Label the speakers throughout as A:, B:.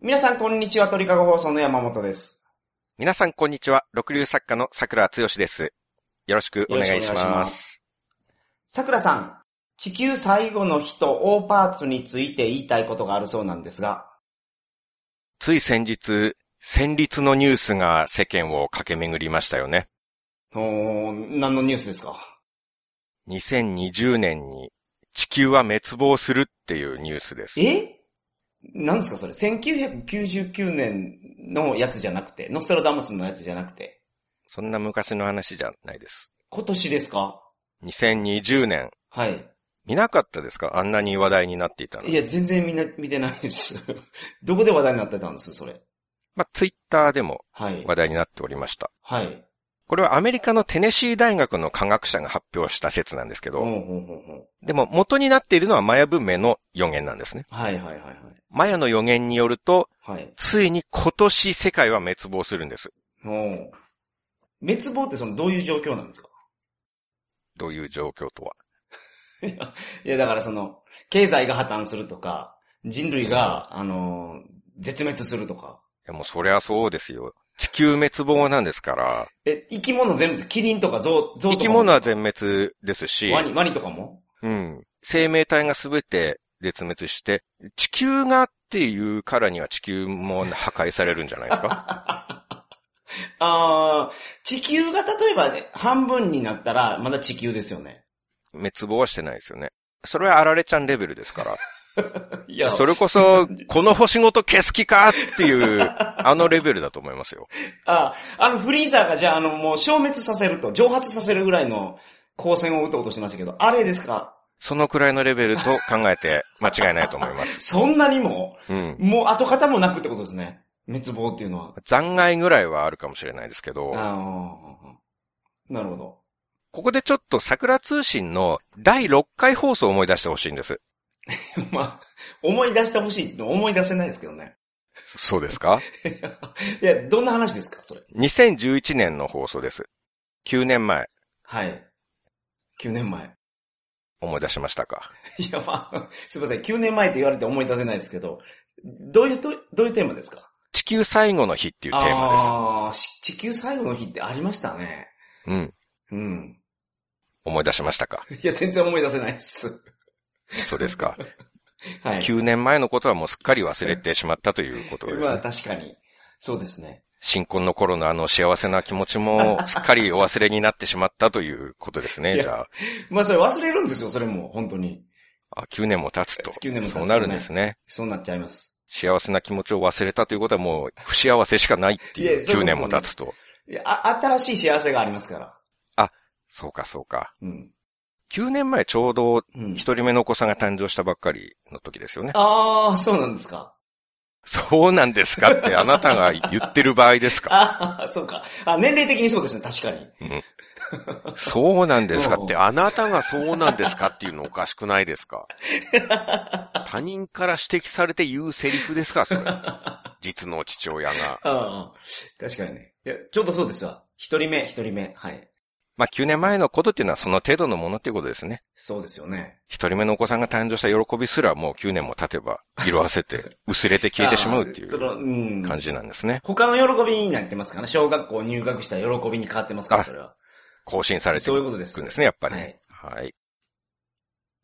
A: 皆さん、こんにちは。鳥かご放送の山本です。
B: 皆さん、こんにちは。六流作家の桜剛です。よろしくお願いし
A: よろしくお願いしま
B: ます。
A: さくらさん、地球最後の日とオーパーツについて言いたいことがあるそうなんですが、
B: つい先日、戦慄のニュースが世間を駆け巡りましたよね。
A: おー何のニュースですか
B: 2020年に地球は滅亡するっていうニュースです。
A: え何ですかそれ ?1999 年のやつじゃなくて、ノストラダムスのやつじゃなくて、
B: そんな昔の話じゃないです。
A: 今年ですか
B: 2020年。
A: はい。
B: 見なかったですかあんなに話題になっていたの。
A: いや、全然みんな見てないです。 どこで話題になってたんですそれ。
B: まあ、ツイッターでも
A: はい。
B: 話題になっておりました。
A: はい。
B: これはアメリカのテネシー大学の科学者が発表した説なんですけ
A: ほう
B: ど、
A: ほうほうほう
B: でも元になっているのはマヤ文明の予言なんですね。
A: はいはいはいはい。
B: マヤの予言によると、
A: はい。
B: ついに今年世界は滅亡するんです。
A: おー滅亡ってそのどういう状況なんですか
B: どういう状況とは。
A: いや、だからその、経済が破綻するとか、人類が、あのー、絶滅するとか。
B: いやもうそりゃそうですよ。地球滅亡なんですから、
A: え、生き物全部です、キリンとかゾウ、ゾウと
B: 生
A: か。
B: き物は全滅ですし、
A: ワニ、ワニとかも
B: うん。生命体がすべて絶滅して、地球がっていうからには地球も破壊されるんじゃないで すか
A: あー地球が例えば、ね、半分になったら、まだ地球ですよね。
B: 滅亡はしてないですよね。それはあられちゃんレベルですから。
A: い
B: いや
A: や、
B: それこそ、この星ごと消す気かっていう、あのレベルだと思いますよ。
A: あ、あの、フリーザーがじゃあ、あの、もう消滅させると、蒸発させるぐらいの光線を打とうとしてましたけど、あれですか
B: そのくらいのレベルと考えて間違いないと思います。
A: そんなにも
B: うん。
A: もう跡形もなくってことですね。滅亡っていうのは。
B: 残骸ぐらいはあるかもしれないですけど、
A: ああ、なるほど。
B: ここでちょっと桜通信の第6回放送を思い出してほしいんです。
A: まあ、思い出してほしいと思い出せないですけどね。
B: そうですか
A: いや、どんな話ですか、それ。
B: ?2011 年の放送です。9年前、
A: はい。9年前。
B: 思い出しましたか
A: いや、まあ、すいません。9年前って言われて思い出せないですけど、どういうと、どういうテーマですか
B: 地球最後の日っていうテーマです。
A: ああ、し地球最後の日ってありましたね。
B: うん。
A: うん。
B: 思い出しましたか
A: いや、全然思い出せないです。
B: そうです か。
A: はい。
B: 9年前のことはもうすっかり忘れてしまったということです
A: まあ、
B: ね。
A: 確かに。そうですね。
B: 新婚の頃のあの幸せな気持ちもすっかりお忘れになってしまったということです
A: い
B: ね、
A: や
B: じゃ
A: まあ、それ忘れるんですよ、それも、本当に。
B: あ。あ、9年も経つ と。
A: 9年も経つとね
B: そうなるんですね。
A: そうなっちゃいます。
B: 幸せな気持ちを忘れたということはもう不幸せしかないってい
A: いうやそういうこと
B: 9年も経つと。
A: いや、あ、新しい幸せがありますから。
B: そうかそうか。
A: うん。
B: 9年前ちょうど
A: うん
B: 一。人目のお子さんが誕生したばっかりの時ですよね。
A: ああ、そうなんですか。
B: そうなんですかってあなたが言ってる場合で すか
A: ああ、そうか。あ、年齢的にそうですね、確かに。
B: そうなんですか
A: うん
B: って。あ
C: あなたがそうなんですかっていうのおかしくないです か他人から指摘されて言うセリフですかそれ。実の父親が。
A: ああ、確かにね。いや、ちょうどそうですわ。一人目、一人目。はい。
B: まあ9年前のことっていうのはその程度のものっていうことですね。
A: そうですよね。
B: 一人目のお子さんが誕生した喜びすらもう9年も経てば色褪 せて薄れて消えてしまうってい
A: ああそうのうん。
B: 感じなんですね。
A: 他の喜びになってますからね。小学校入学した喜びに変わってますから、
B: あ
A: それは。
B: 更新されて
A: そういうことで
B: い
A: す
B: くん。ですね、やっぱりね。
A: はい。
B: はい。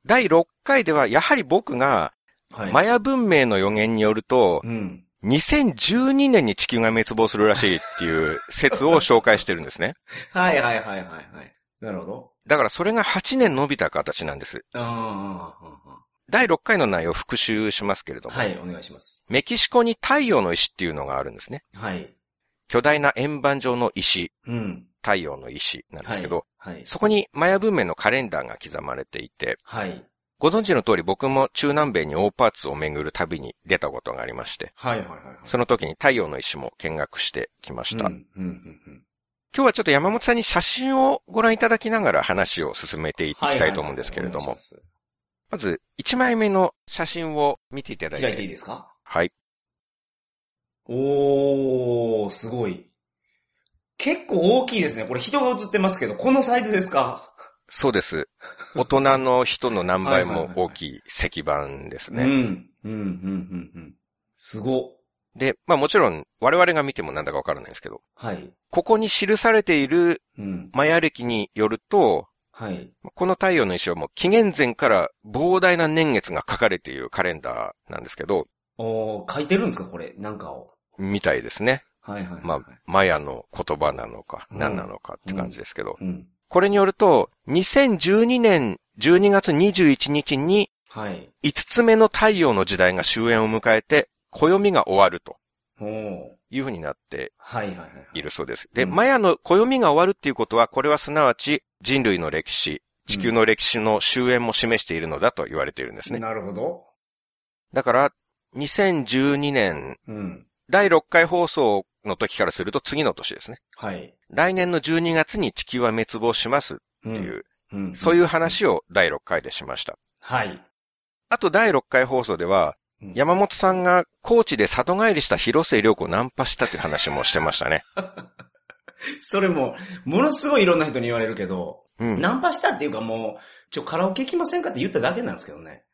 B: 第6回では、やはり僕が、
A: はい。
B: マヤ文明の予言によると、
A: うん。
B: 2012年に地球が滅亡するらしいっていう説を紹介してるんですね。
A: はいはいはいはいはい。なるほど。
B: だからそれが8年伸びた形なんです。
A: ああ
B: 第6回の内容を復習しますけれども、
A: はい、お願いします。
B: メキシコに太陽の石っていうのがあるんですね。
A: はい。
B: 巨大な円盤状の石、
A: うん。
B: 太陽の石なんですけど、
A: はい。
B: そこにマヤ文明のカレンダーが刻まれていて、
A: はい。
B: ご存知の通り僕も中南米にオーパーツを巡る旅に出たことがありまして、
A: はいはいはいはい。
B: その時に太陽の石も見学してきました。
A: うんうんうんうん。
B: 今日はちょっと山本さんに写真をご覧いただきながら話を進めていきたいと思うんですけれど
A: はいはいはいお願
B: も
A: い、し
B: まず1枚目の写真を見ていた
A: ま
B: だ
A: す
B: い
A: 開いていい
B: て、
A: ですか
B: はい。
A: おー、すごい。結構大きいですね。これ人が映ってますけど、このサイズですか
B: そ うです。大人の人の何
A: は
B: 倍
A: いはい
B: も
A: はいはい
B: 大きい石板です
A: う
B: ね。
A: ん。うん、うん、うん、うん。すご。
B: で、まあもちろん我々が見てもなんだかわからないんですけど、
A: はい。
B: ここに記されている
A: うん。
B: マヤ歴によると、
A: はい。
B: この太陽の石はもう紀元前から膨大な年月が書かれているカレンダーなんですけど、
A: おー書いてるんですかこれ。なんかを。
B: みたいですね。
A: はいはいはい。
B: まあ、マヤの言葉なのか、
A: うん
B: 何なのかって感じですけど、
A: うん。
B: これによると、2012年12月21日に
A: はい。
B: 5つ目の太陽の時代が終焉を迎えて、暦が終わると
A: おー
B: いうふうになって
A: はいはいはい。
B: いるそうです。で、
A: うん
B: マヤの暦が終わるっていうことは、これはすなわち人類の歴史、地球の歴史の終焉も示しているのだと言われているんですね。
A: なるほど。
B: だから、2012年、
A: うん。
B: 第6回放送の時からすると次の年ですね。
A: はい。
B: 来年の12月に地球は滅亡します
A: うん
B: っていう、
A: うん。
B: そういう話を第6回でしました。
A: はい。
B: あと第6回放送では、
A: うん
B: 山本さんが高知で里帰りした広末涼子をナンパしたという話もしてましたね。
A: それも、ものすごいいろんな人に言われるけど、
B: うん。
A: ナンパしたっていうかもう、ちょ、カラオケ行きませんかって言っただけなんですけどね。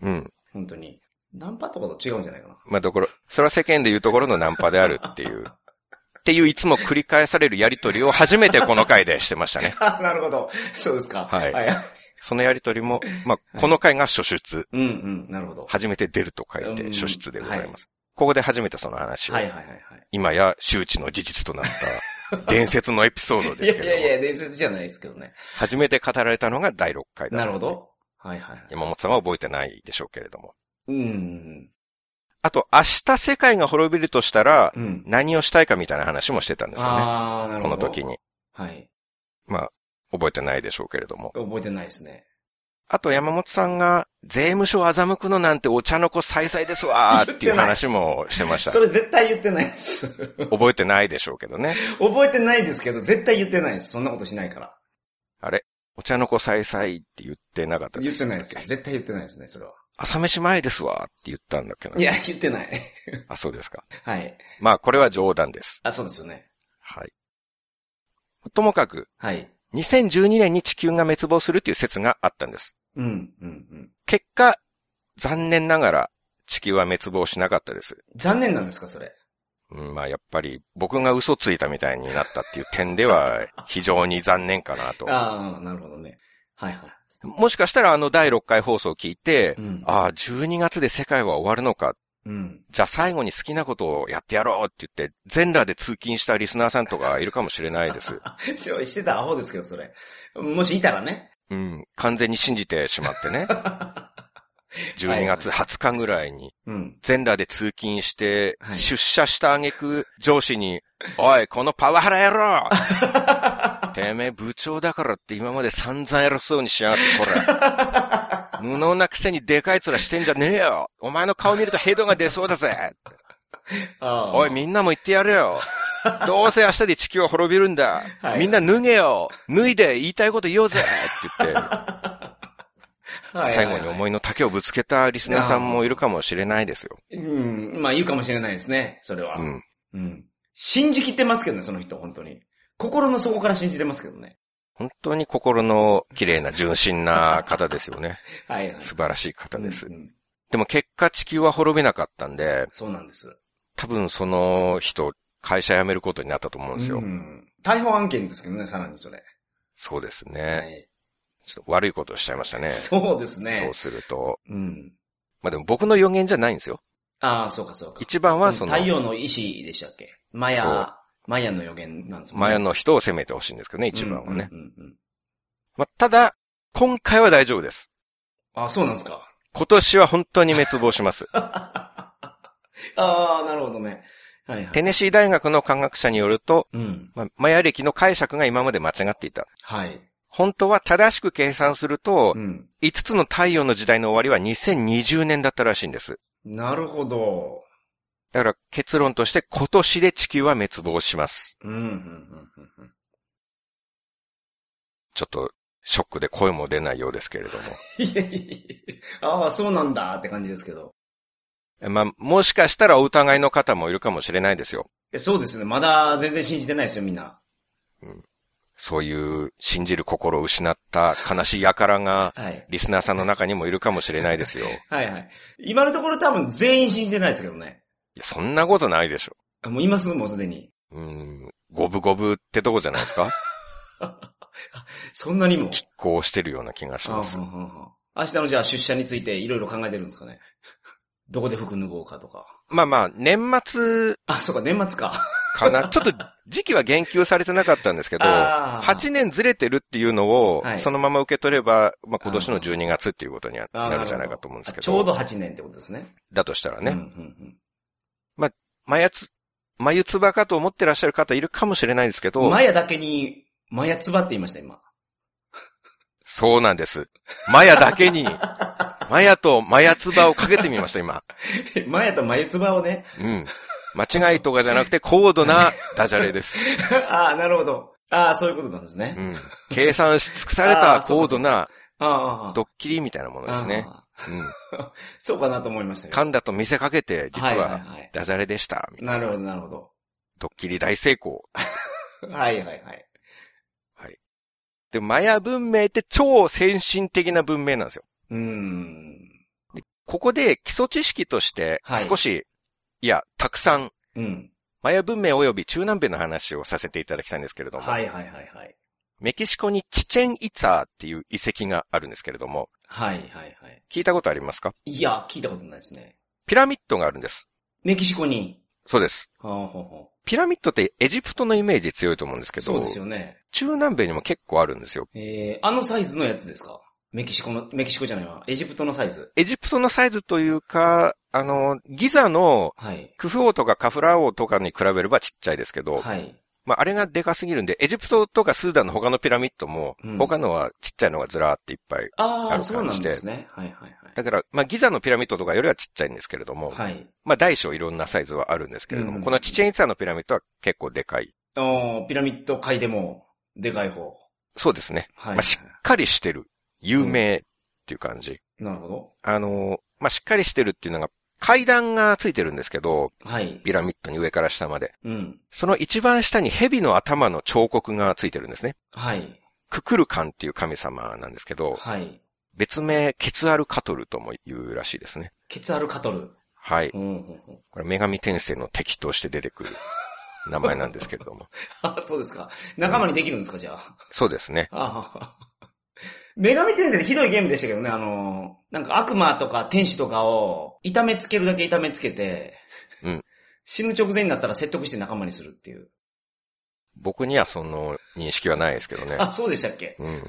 B: うん。
A: 本当に。ナンパとかと違うんじゃないかな。
B: まあ、だから、それは世間で言うところのナンパであるっていう、っていういつも繰り返されるやりとりを初めてこの回でしてまし たね。
A: あなるほど。そうですか。
B: はい
A: はい。
B: そのやりとりも、まあ、この回が初出、
A: うんうん、なるほど。
B: 初めて出ると書いて
A: うん
B: 初出でございます。ここで初めてその話を、
A: はいはいはいはい。
B: 今や周知の事実となった 伝説のエピソード
A: い
B: です
A: や
B: け
A: い
B: ど、
A: やいや、伝説じゃないですけどね。
B: 初めて語られたのが第6回だ
A: な
B: った
A: るほど。はいはいはい。
B: 山本さんは覚えてないでしょうけれども。
A: うん。
B: あと、明日世界が滅びるとしたら、
A: うん。
B: 何をしたいかみたいな話もしてたんですよね。
A: ああ、なる
B: こ
A: ほ
B: の
A: ど。
B: 時。に。
A: はい。
B: 覚えてないでしょうけれども。
A: 覚えてないですね。
B: あと、山本さんが、税務署欺くのなんてお茶の子再々ですわーっていう話もしてまし た
A: そ。れ絶対言ってないです。 覚
B: 覚えてないでしょうけどね。
A: えてないですけど、絶対言ってないです。そんなことしないから。
B: お茶の子再々って言ってなかったで
A: 言っ
B: す
A: て
B: っけ。
A: ないですよ。絶対言ってないですね、それは。。
B: 朝飯前ですわーって言ったんだっけない
A: や、言ってない。
B: あ、そうですか。
A: はい。
B: まあ、これは冗談です。
A: あ、そうですよね。
B: はい。ともかく、
A: はい。
B: 2012年に地球が滅亡するっていう説があったんです。
A: うん、うん、うん。
B: 結果、残念ながら地球は滅亡しなかったです。
A: 残念なんですか、それ。
B: うん、まあやっぱり僕が嘘ついたみたいになったっていう点 では非常に残念かなと。
A: ああ、なるほどね。はいはい。
B: もしかしたらあの第6回放送を聞いて
A: う、ん。
B: ああ、12月で世界は終わるのか。
A: うん。
B: じゃあ最後に好きなことをやってやろうって言って、全裸で通勤したリスナーさんとかいるかもしれな いです。
A: ちょしてたアホですけど、それ。もしいたらね。
B: うん、完全に信じてしまって ね。12月20日ぐらいに
A: うん。
B: 全裸で通勤して
A: は、い
B: 出社した挙句、上司に、おい、このパワハラ野 郎てめえ部長だからって今まで散々偉そうにしやがって、これ。無能なくせにでかい面してんじゃねえよお前の顔見るとヘドが出そうだぜ
A: あ
B: おい、みんなも言ってやれよどうせ明日で地球は滅びるんだ
A: はい
B: みんな脱げよ脱いで言いたいこと言 おうぜって言って、最後に
A: い。
B: 思いの丈をぶつけたリスナーさんもいるかもしれないですよ。
A: うん。まあ、言うかもしれないですね、それは。
B: うん。
A: うん。信じきってますけどね、その人、本当に。心の底から信じてますけどね。
B: 本当に心の綺麗な純真な方ですよ ね。
A: はいはい。
B: 素晴らしい方です
A: う。んうん
B: でも結果地球は滅びなかったんで、
A: そうなんです。
B: 多分その人、会社辞めることになったと思うんですよ。
A: ん。逮捕案件ですけどね、さらにそれ。
B: そうです
A: は
B: ね。
A: い。
B: ちょっと悪いことをしちゃいましたね。
A: そうですね。
B: そうすると。
A: うん。
B: まあでも僕の予言じゃないんですよ。
A: ああ、そうかそうか。
B: 一番はその、
A: 太陽の意志でしたっけマ
B: そう
A: ヤ、マヤの予言なんですもん
B: マヤの人を責めてほしいんですけどね、一番はね。。
A: うんうんうんうん
B: まあただ、今回は大丈夫です。
A: あ、そうなんですか。
B: 今年は本当に滅亡します。
A: ああ、なるほどね。はいはい。
B: テネシー大学の科学者によると、
A: うん。
B: まあマヤ歴の解釈が今まで間違っていた。
A: はい。
B: 本当は正しく計算すると
A: う、ん。
B: 5つの太陽の時代の終わりは2020年だったらしいんです。
A: なるほど。
B: だから結論として今年で地球は滅亡します。
A: うん、うん、うんうん、
B: ちょっとショックで声も出ないようですけれど
A: うん。いやいやいやああ、そうなんだって感じですけど。
B: も。 まあ、もしかしたらお疑いの方もいるかもしれないですよ。
A: えそうですね。まだ全然信じてないですよ、みんな。
B: そういう信じる心を失った悲しい輩が
A: はい。
B: リスナーさんの中にもいるかもしれないですよ。。
A: はいはい。今のところ多分全員信じてないですけどね。
C: いや、そんなことないでしょ。
A: もう今すぐもうすでに。
C: うーん、五分五分ってとこじゃないです か
A: そんなにも。
C: こうしてるような気がし
A: ああ
C: ます。
A: 明日のじゃあ出社についていろいろ考えてるんですかね。どこで服脱ごうかとか。
B: まあまあ、年末
A: あ、そうか、年末か。
B: かな。ちょっと時期は言及されてなかったんですけど、
A: あー
B: 8年ずれてるっていうのを
A: は、い
B: そのまま受け取れば、まあ今年の12月っていうことにな
A: あー
B: なるんじゃないかと思うんですけど。
A: ちょうど8年ってことですね。
B: だとしたら
A: うんう
B: ね、
A: ん
B: 眉つ、眉唾かと思ってらっしゃる方いるかもしれないですけ
A: うん。
B: ど、
A: マヤだけに、マヤツバって言いました、 今。
B: そうなんです。マヤだ けに、マヤとマヤ唾をかけてみました、今。
A: マヤとマヤツバをね。
B: うん。間違いとかじゃなくて高度なダジャレです。
A: ああ、なるほど。ああ、そういうことなんですね
B: う。ん。計算し尽くされた高度な
A: ああああ、
B: ドッキリみたいなものですね。
A: ああ
B: うん。
A: そうかなと思いましたけど
B: 噛んだと見せかけて、実
A: い
B: はい
A: はい。
B: ダジャレでした。
A: なるほど、なるほど。
B: ドッキリ大成功。
A: はいはいはい。
B: で、マヤ文明って超先進的な文明なんですよ。
A: うーん。
B: ここで基礎知識として
A: はい
B: 少し、い、や、たくさん、
A: うん。
B: マヤ文明及び中南米の話をさせていただきたいんですけれども、
A: はいはいはいはい。
B: メキシコにチチェンイツァーっていう遺跡があるんですけれども、
A: はいはいはい。
B: 聞いたことありますか
A: いや、聞いたことないですね。
B: ピラミッドがあるんです。
A: メキシコに。
B: そうです。
A: はあ、ほうほ
B: ピラミッドってエジプトのイメージ強いと思うんですけ
A: う
B: ど、
A: そうですよね。
B: 中南米にも結構あるんですよ。
A: えー、あのサイズのやつですかメキシコの、メキシコじゃないわ。エジプトのサイズ。
B: エジプトのサイズというか、あの、ギザの
A: はい。
B: クフ王とかカフラ王とかに比べればちっちゃいですけど、
A: はい。
B: まあ、あれがでかすぎるんで、エジプトとかスーダンの他のピラミッドも
A: うん、
B: 他のはちっちゃいのがずらーっていっぱい。
A: あ
B: あ
A: あ、
B: る感じで
A: そうなんですね。はいはい
B: だから、まあ、ギザのピラミッドとかよりはちっちゃいんですけれども、
A: はい。はい。
B: まあ、大小いろんなサイズはあるんですけれども、
A: うん
B: このチチェンイツァのピラミッドは結構でかい。
A: おーピラミッド界でも、でかい方。
B: そうですね。
A: はい。
B: まあししっかりしてる。有名っていう感じ。
A: なるほど。
B: あの、まあ、しっかりしてるっていうのが、階段がついてるんですけど、
A: はい。
B: ピラミッドに上から下まで。
A: うん。
B: その一番下に蛇の頭の彫刻がついてるんですね。
A: はい。
B: ククルカンっていう神様なんですけど、
A: はい。
B: 別名、ケツアルカトルとも言うらしいですね。
A: ケツアルカトル。
B: はい。
A: うんうんうん。
B: これ、女神転生の敵として出てくる名前なんですけれど も。
A: あ、そうですか。仲間にできるんですか、じゃあ。
B: そうですね。
A: ああ。女神転生ってひどいゲームでしたけどね、あの、なんか悪魔とか天使とかを、痛めつけるだけ痛めつけて、
B: うん
A: 死ぬ直前になったら説得して仲間にするっていう。
B: 僕にはその認識はないですけどね。
A: あ、そうでしたっけ
B: うん。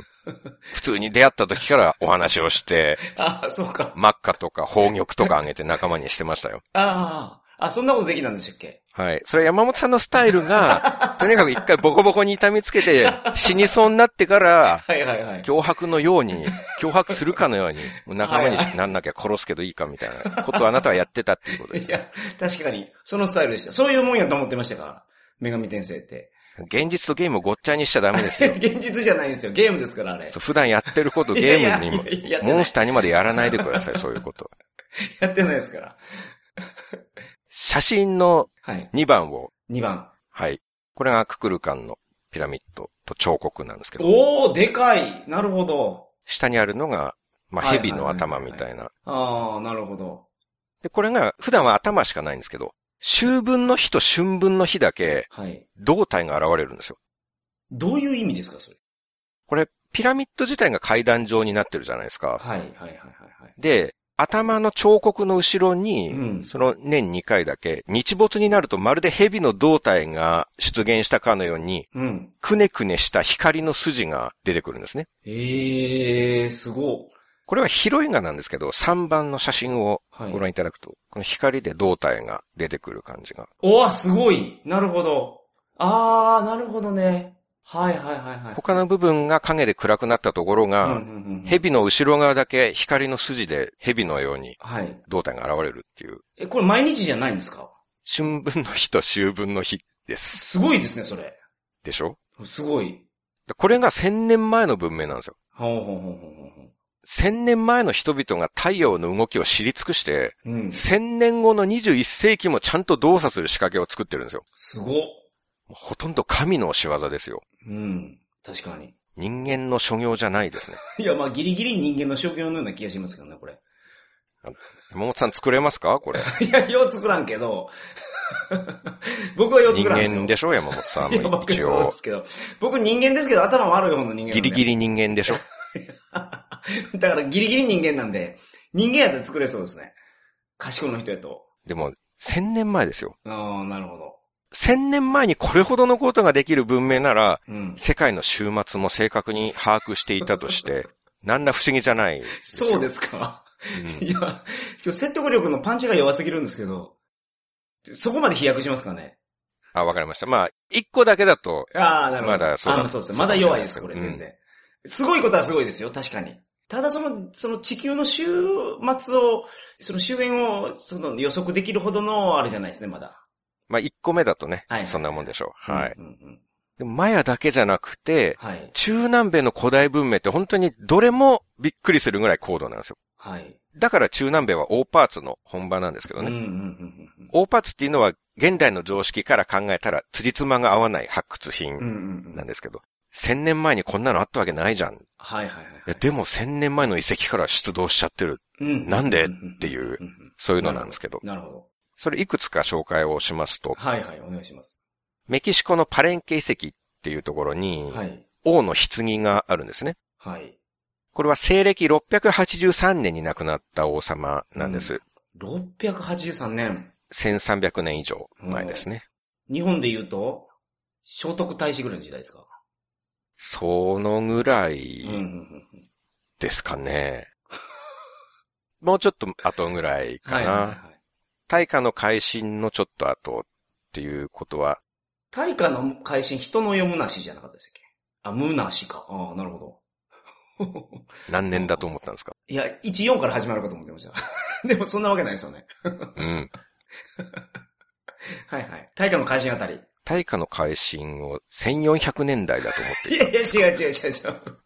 B: 普通に出会った時からお話を して、
A: あ、そうか。
B: 真っ赤とか宝玉とかあげて仲間にしてましたよ。
A: ああ、あ、そんなことできたんでしたっけ
B: はい。それは山本さんのスタイルが、とにかく一回ボコボコに痛みつけて、死にそうになってから、
A: はいはいはい。
B: 脅迫のように、脅迫するかのように、仲間になんなきゃ殺すけどいいかみたいなことをあなたはやってたっていうことで
A: い
B: すね。
A: や、確かに、そのスタイルでした。そういうもんやと思ってましたから。女神転生って。
B: 現実とゲームをごっちゃにしちゃダメですよ。
A: 現実じゃないんですよ。ゲームですから、あれ
B: そ。う普段やってることゲームにも
A: いやいやいややって、ない
B: モンスターにまでやらないでください、そういうこと。
A: やってないですから。
B: 写真の
A: はい。
B: 2番を、
A: 2番。
B: はい。これがククルカンのピラミッドと彫刻なんですけど、
A: おー、でかいなるほど。
B: 下にあるのが、まあ、
A: はい
B: 蛇の頭みたいな
A: あー、なるほど。
B: で、これが普段は頭しかないんですけど、秋分の日と春分の日だけ
A: はい。
B: 胴体が現れるんですよ。
A: どういう意味ですか、それ。
B: これ、ピラミッド自体が階段状になってるじゃないですか。
A: はい、はい、はい、はいはい。
B: で、頭の彫刻の後ろに、
A: うん
B: その年2回だけ、日没になるとまるで蛇の胴体が出現したかのように、
A: うん。
B: くねくねした光の筋が出てくるんですね。
A: えー、すご
B: これはヒロイン画なんですけど、3番の写真を
A: はい。
B: ご覧いただくと、この光で胴体が出てくる感じが。
A: おー、すごいなるほど。あー、なるほどね。はい、はい、はい、はい。
B: 他の部分が影で暗くなったところ
A: うん、
B: が、
A: うん、うん。
B: 蛇の後ろ側だけ光の筋で蛇のように
A: はい。
B: 胴体が現れるっていう、
A: え、これ毎日じゃないんですか
B: 春分の日と秋分の日です。
A: すごいですね、それ。
B: でしょ
A: すごい。
B: でこれが1000年前の文明なんですよ。
A: ほうほうほうほうほうほう。
B: 1000年前の人々が太陽の動きを知り尽くして、
A: うん。
B: 1000年後の21世紀もちゃんと動作する仕掛けを作ってるんですよ。
A: すごっ。
B: もうほとんど神の仕業ですよ。
A: うん。確かに。
B: 人間の所業じゃないですね。
A: いや、まあ、ギリギリ人間の職業のような気がしますけどね、これ。
B: 山本さん作れますか これ。
A: いや、よう作らんけど、 僕はよう
B: 人
A: 作らんすよ
B: 間でしょ山本さん
A: いや、
B: も
A: 僕
B: 一
A: そうで
B: 応。
A: すけど。僕人間ですけど、頭悪い方の人間なんで。
B: ギリギリ人間でしょ
A: リ。 だからギリギリ人間なんで、人間やったら作れそうですね。賢いの人やと。
B: でも、千年前ですよ。
A: ああ、なるほど。
B: 千年前にこれほどのことができる文明なら、
A: うん。
B: 世界の終末も正確に把握していたとして、何ら不思議じゃない。
A: そうですか。
B: うん
A: いや、ちょ、説得力のパンチが弱すぎるんですけど、そこまで飛躍しますかね。
B: あ、わかりました。まあ、一個だけだと、
A: ああ、なるほど。
B: まだそう
A: あまあそうですね。まだ弱いです、これ、
B: うん
A: 全然。すごいことはすごいですよ、確かに。ただその、その地球の終末を、その終焉を、その予測できるほどの、あれじゃないですね、まだ。
B: まあ、一個目だとね、
A: はい
B: そんなもんでしょう。はい。
A: うんうんうん
B: でもマヤだけじゃなくて、
A: はい。
B: 中南米の古代文明って本当にどれもびっくりするぐらい高度なんですよ。
A: はい。
B: だから中南米は大パーツの本場なんですけ
A: う
B: ど
A: んうん
B: ね。
A: うんうん
B: 大パーツっていうのは現代の常識から考えたら辻褄が合わない発掘
A: うんう
B: 品
A: んうん。
B: なんですけど、千年前にこんなのあったわけないじゃん。い
A: はいはいはいは
B: や
A: い。
B: でも千年前の遺跡から出動しちゃってる。
A: うん
B: なんでってい。うん
A: んん
B: そういうのなんですけど。
A: なるほど。
B: それいくつか紹介をしますと、
A: はいはい、お願いします。
B: メキシコのパレンケ遺跡っていうところに、
A: はい。
B: 王の棺があるんですね。
A: はい。
B: これは西暦683年に亡くなった王様なんです。
A: 683年。
B: 1300年以上前ですね。
A: 日本で言うと、聖徳太子ぐらいの時代ですか
B: そのぐら
A: うんうんう
B: い
A: んうん。
B: ですかね。もうちょっと後ぐらいか
A: はい
B: な。
A: はいはい。
B: 大化の改新のちょっと後っていうことは、
A: 大化の改新、人の読むなしじゃなかったでしたっけあ、むなしか。ああ、なるほど。
B: 何年だと思ったんですか
A: いや、14から始まるかと思ってました。で もそんなわけないですよね。
B: うん。
A: はいはい。大化の改新あたり。
B: 大化の改新を1400年代だと思って
A: い
B: いた
A: や
B: ん
A: いや、
B: で
A: 違
B: すか。
A: う違う違う違う。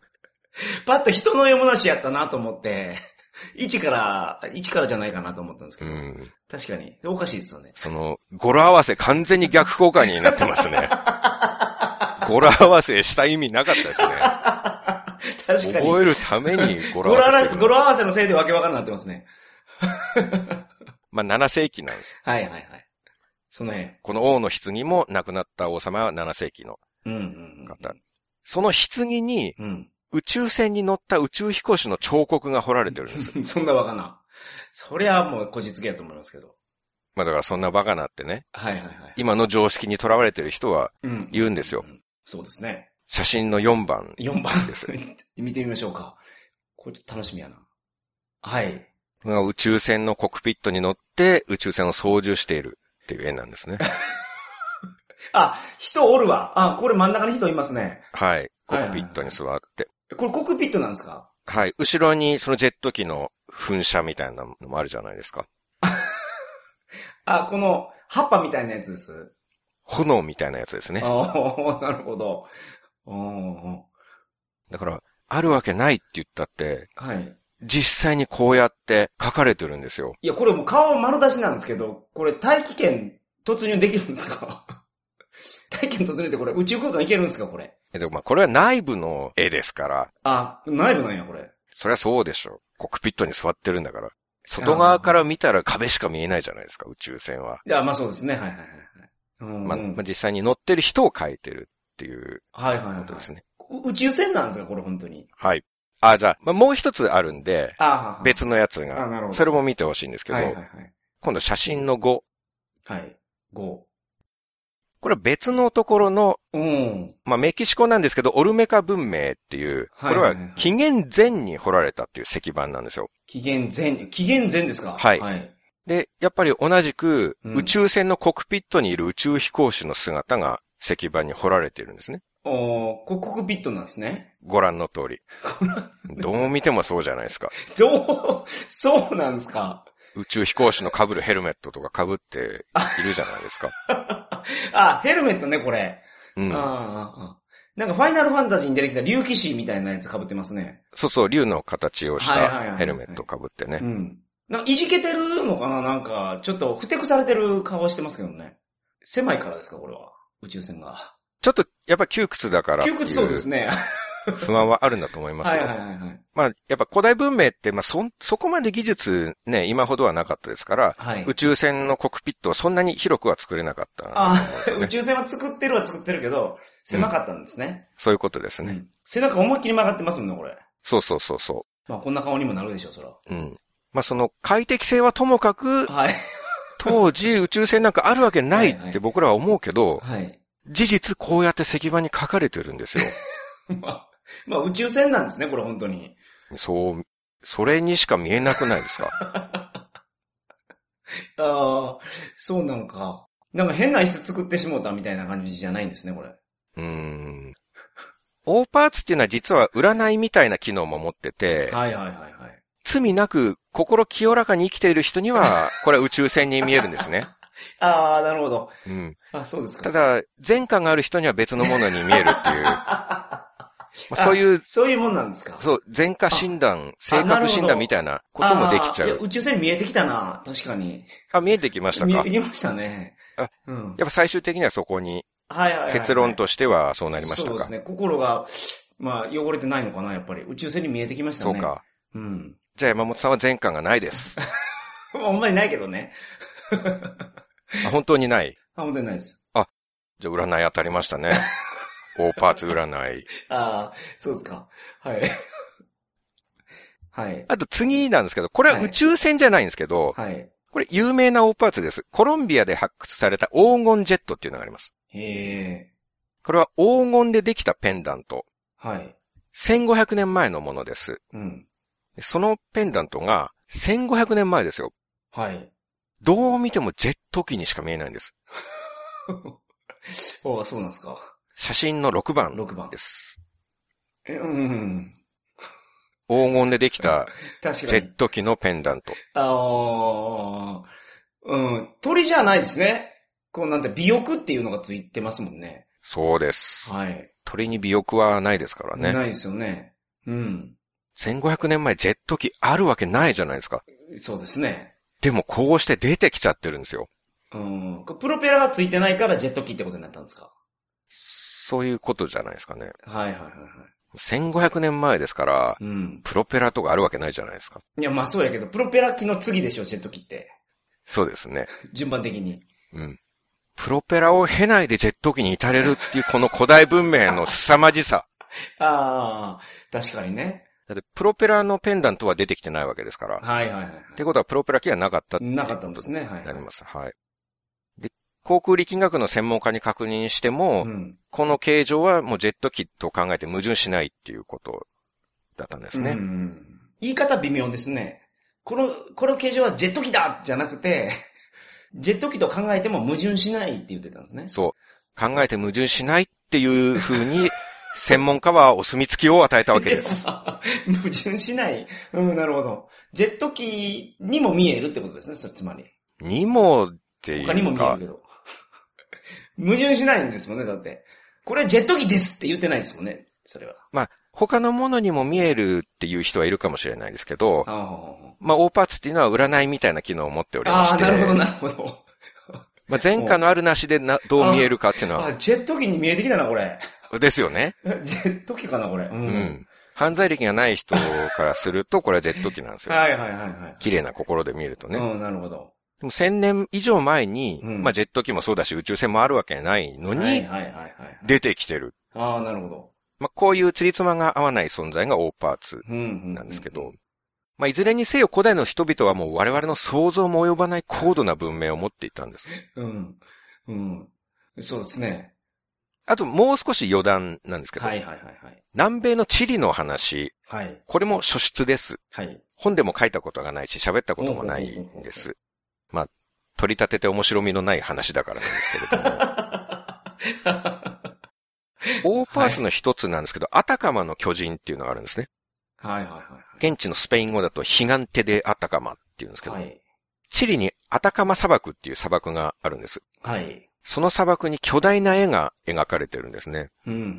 A: パッと人の読むなしやったなと思って、1から、1からじゃないかなと思ったんですけ
B: う
A: ど、
B: ん。
A: 確かに、おかしいですよね。
B: その、語呂合わせ完全に逆効果になってま すね。語呂合わせした意味なかったですね。
A: 確かに。
B: 覚えるために語
A: 語
B: 呂
A: 呂合
B: 合
A: わ
B: わせ
A: せ
B: する
A: 語呂合わせのせいでわけわからなくなってますね。
B: まあ7世紀なんです。
A: はいはいはい。その辺。
B: この王の棺も亡くなった王様は7世紀の
A: うんうん
B: 方。その棺に
A: うん。
B: 宇宙船に乗った宇宙飛行士の彫刻が彫られてるんですよ。
A: うん。そんなわかな。そりゃもうこじつけやと思いますけど。
B: まあだからそんなバカなってね、
A: はいはいはい。
B: 今の常識にとらわれてる人は
A: うん
B: 言うんですよ。
A: そうですね。
B: 写真の4番。
A: 4番
B: です。
A: 見てみましょうか。これちょっと楽しみやな。はい。
B: 宇宙船のコックピットに乗って宇宙船を操縦しているっていう絵なんですね。
A: あ、人おるわ。あ、これ真ん中に人いますね。
B: はい。コックピットに座って。
A: これコックピットなんですか
B: はい。後ろにそのジェット機の噴射みたいなのもあるじゃないですか。
A: あ、この葉っぱみたいなやつです。
B: 炎みたいなやつですね。
A: ああ、なるほど。おー
B: だから、あるわけないって言ったって、
A: はい。
B: 実際にこうやって書かれてるんですよ。
A: いや、これもう顔丸出しなんですけど、これ大気圏突入できるんですか 大気圏突入ってこれ宇宙空間行けるんですかこれ。
B: えでもまあこれは内部の絵ですから、
A: あ、内部なんや、これ。
B: そりゃそうでしょ。コックピットに座ってるんだから。外側から見たら壁しか見えないじゃないですか、宇宙船は。
A: いや、まあそうですね。はいはいはいはい。うん
B: まあ、
A: うん
B: まあ実際に乗ってる人を描いてるっていう
A: はいはいはい
B: ことですね。
A: う宇宙船なんですかこれ本当に。
B: はい。あ、じゃあ、まあもう一つあるんで、
A: あはは
B: 別のやつ
A: あなるほ
B: が、
A: ど
B: それも見てほしいんですけど、
A: はいはいはい。
B: 今度写真の5。
A: はい。五。
B: これは別のところの
A: うん。
B: まあ、メキシコなんですけど、オルメカ文明っていう、こ
A: はい
B: れ
A: はいは
B: はい紀元前に掘られたっていう石板なんですよ。
A: 紀元前、紀元前ですか
B: はい
A: はい。
B: で、やっぱり同じく、
A: うん
B: 宇宙船のコックピットにいる宇宙飛行士の姿が石板に掘られているんですね。
A: おー、こコックピットなんですね。
B: ご覧の通り。どう見てもそうじゃないですか。
A: どう、そうなんですか
B: 宇宙飛行士の被るヘルメットとか被っているじゃないですか。
A: あ、ヘルメットね、これ。
B: うん
A: あ。ああああなんかファイナルファンタジーに出てきた竜騎士みたいなやつ被ってますね。
B: そうそう、竜の形をし
A: はいはいはいは
B: た
A: い
B: ヘルメット被って
A: う
B: ね。
A: ん。なんかいじけてるのかななんか、ちょっとふてくされてる顔してますけどね。狭いからですかこれは。宇宙船が。
B: ちょっと、やっぱ窮屈だからってい
A: 窮
B: う。
A: 屈そうですね。
B: 不安はあるんだと思いま
A: は
B: す
A: い
B: よ。
A: はいはいはい。
B: まあ、やっぱ古代文明って、まあ、そん、そこまで技術ね、今ほどはなかったですから、
A: はい
B: 宇。宙船のコックピットはそんなに広くは作れなかったと思うん
A: あ
B: です
A: ー
B: よ
A: 宇
B: ね。
A: 宙船は作ってるは作ってるけど、狭かったんですね。
B: そういうことです
A: う
B: ね。
A: ん背中思いっきり曲がってますもんね、これ。
B: そうそうそうそ
A: まあ、こんな顔にもなるでしょ、そら。
B: う。うん。まあ、その快適性はとも かく、
A: はい。
B: 当時宇宙船なんかあるわけない
A: はいは
B: っ
A: い
B: て僕らは思うけど、
A: はい。
B: 事実こうやって石板に書かれてるんですよ。
A: まあ、まあ、宇宙船なんですね、これ本当に。
B: そう、それにしか見えなくないですか
A: ああ、そうなんか。なんか変な椅子作ってしもうたみたいな感じじゃないんですね、これ。
B: うーん。オーパーツっていうのは実は占いみたいな機能も持ってて、
A: はいはいはいはい。
B: 罪なく心清らかに生きている人 には、これは宇宙船に見えるんですね。
A: ああ、なるほど。
B: うん。
A: あそうですか。
B: ただ、前科がある人には別のものに見えるっていう。まあそういう、
A: そういうもんなんですか。
B: そう、前科診断、性
A: なる
B: 格
A: ほど
B: 診断みたいなこ
A: あー。
B: ともできちゃ
A: いや
B: う。
A: 宇宙船見えてきたな、確かに。
B: あ、見えてきました
A: 見え
B: か
A: てきましたね。
B: あ
A: うん。
B: やっぱ最終的にはそこに、
A: はいはいはい。
B: 結論としてはそうなりました
A: そうで
B: か
A: す。ね。心が、まあ、汚れてないのかな、やっぱり。宇宙船に見えてきましたね。
B: そう。か。
A: うん。
B: じゃあ山本さんは前科がないです。
A: ほんまにないけどね。
B: あ本当にない。
A: あ、本当にないです。
B: じゃあ占い当たりました ね。オーパーツ占い。
A: ああ、そうですか。はい。 はい。
B: あと次なんですけど、これは宇宙船じゃないんですけど、
A: はい。
B: これ有名なオーパーツです。コロンビアで発掘された黄金ジェットっていうのがあります。
A: へえ。
B: これは黄金でできたペンダント。
A: はい。
B: 1500年前のものです。
A: うん。
B: そのペンダントが1500年前ですよ。
A: はい。
B: どう見てもジェット機にしか見えないんです。
A: おそうなんですか。
B: 写真の6番
A: 6番
B: で。す。
A: えうんうんうん。
B: 黄金でできた
A: 確
B: ジ
A: か
B: ェ
A: に
B: ッ。ト機のペンダント。
A: あのー、うん。鳥じゃないですね。こうなんて、尾翼っていうのがついてますもんね。
B: そうです。
A: はい。
B: 鳥に尾翼はないですからね。
A: ないですよね。うん。
B: 1500年前ジェット機あるわけないじゃないですか。
A: そうですね。
B: でもこうして出てきちゃってるんですよ。
A: うん。これプロペラがついてないからジェット機ってことになったんですか。
B: そういうことじゃないですかね。
A: はいはいはいはい。
B: 1500年前ですから、
A: うん。
B: プロペラとかあるわけないじゃないですか。
A: いや、まあそうやけど、プロペラ機の次でしょ、ジェット機って。
B: そうですね。
A: 順番的に。
B: うん。プロペラを経ないでジェット機に至れるっていうこの古代文明の凄まじさ。
A: ああ、確かにね。
B: だってプロペラのペンダントは出てきてないわけですから。
A: はいはいはいは
B: ってことはプロペラ機はなかった
A: い。なかったんですね、はい。
B: になります。はい。で、航空力学の専門家に確認しても、
A: うん。
B: この形状はもうジェット機と考えて矛盾しないっていうことだったんですね。
A: うんうん言い方微妙ですね。この、この形状はジェット機だじゃなくて、 ジェット機と考えても矛盾しないって言ってたんですね。
B: そう。考えて矛盾しないっていう風に、専門家はお墨付きを与えたわけ です。
A: 矛盾しない。うん、なるほど。ジェット機にも見えるってことですね、そつまり。
B: にもってい
A: 他にも
B: う
A: 見え
B: か
A: る、けど。 矛盾しないんですもんね、だって。これはジェット機ですって言ってないですもんね、それは。
B: まあ、他のものにも見えるっていう人はいるかもしれないですけど、
A: あー
B: まあ、オーパーツっていうのは占いみたいな機能を持っておりま
A: あ
B: し
A: ー、
B: て、
A: なるほど、なるほど。
B: まあ、前科のあるなしでなどう見えるかっていうの
A: あ
B: は、、
A: ジェット機に見えてきたな、これ。
B: ですよね。
A: ジェット機かな、これ。う
B: う。ん。犯罪歴がない人からすると、これはジェット機なんですよ。
A: はいはいはいはい。
B: 綺麗な心で見るとね。
A: うん、なるほど。
B: でも1000年以上前に、
A: うん
B: まあジェット機もそうだし宇宙船もあるわけないの
A: はい
B: に、
A: はいはいはい。
B: 出てきてる。
A: ああ、なるほど。
B: まあこういう釣りまが合わない存在がオーパーツ
A: うん、うん。
B: なんですけど、まあいずれにせよ古代の人々はもう我々の想像も及ばない高度な文明を持っていたんです。
A: うん。うん。そうですね。
B: あともう少し余談なんですけど、
A: はいはいはいはい。
B: 南米のチリの話、
A: はい。
B: これも初出です。
A: はい。
B: 本でも書いたことがないし、喋ったこともないんです。まあ、取り立てて面白みのない話だからなんですけれ ども。オーパーツの一つなんですけど、アタカマの巨人っていうのがあるんですね。
A: はいはいはい
B: 現地のスペイン語だとヒガンテでアタカマっていうんですけど、
A: はい。はい。
B: チリにアタカマ砂漠っていう砂漠があるんです。
A: はい。
B: その砂漠に巨大な絵が描かれてるんですね。
A: うん、うん、うん、うん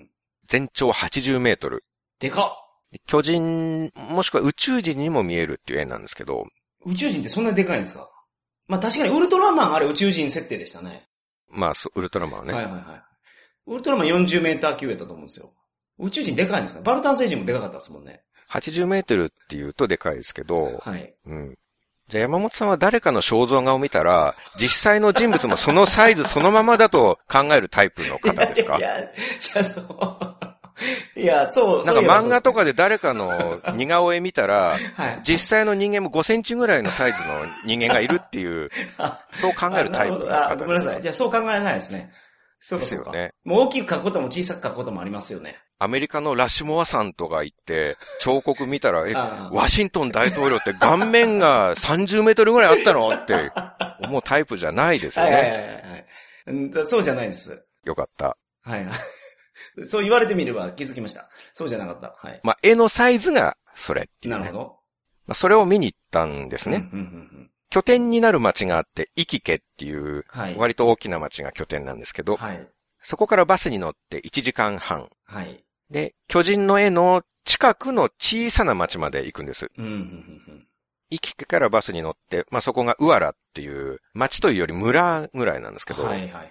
A: うん。
B: 全長80メートル。
A: でかっ
B: 巨人、もしくは宇宙人にも見えるっていう絵なんですけど、
A: 宇宙人ってそんなにでかいんですかまあ確かにウルトラマンあれ宇宙人設定でしたね。
B: まあ、そうウルトラマンはね、
A: はいはいはい。ウルトラマン40メーター級やったと思うんですよ。宇宙人でかいんですかバルタン星人もでかかったですもんね。
B: 80メートルって言うとでかいですけど、
A: はい。
B: うん。じゃあ山本さんは誰かの肖像画を見たら、実際の人物もそのサイズそのままだと考えるタイプの方ですか
A: いや、いや、じゃあ そう。いや、そう、
B: なん
A: そ
B: か
A: ういえば
B: 漫画と
A: そ
B: かで誰かの似顔絵見 たら、
A: うですはい。
B: 実際の人間も5センチぐらいのサイズの人間がいるっていう、
A: あ
B: そう考えるタイプの
A: あな
B: 方
A: るほどあごめん
B: で
A: な
B: す
A: さい。
B: か
A: じゃあそう考えないですね。そう
B: で
A: か
B: す
A: そう
B: よ
A: か。
B: ね。
A: もう大きく書くことも小さく書くこともありますよね。
B: アメリカのラシモアさんとか行って、彫刻見たら、え、
A: あ
B: ワシントン大統領って顔面が30メートルぐらいあったのって思うタイプじゃないですよ
A: はいはいは
B: ね。
A: いはいうんだ。そうじゃないです。
B: よかった。
A: はい はい。そう言われてみれば気づきました。そうじゃなかった。はい。
B: まあ、絵のサイズがそれっていう
A: な
B: ね
A: るほど。
B: まあ、それを見に行ったんですね。
A: うんうんうんうん。
B: 拠点になる町があって、イキケっていう、
A: はい。
B: 割と大きな町が拠点なんですけど、
A: はい。
B: そこからバスに乗って1時間半。
A: はい。
B: で、巨人の絵の近くの小さな町まで行くんです。
A: うんうんうん
B: イキケからバスに乗って、まあ、そこがウアラっていう町というより村ぐらいなんですけ
A: うん。
B: ど、
A: はいはいはい。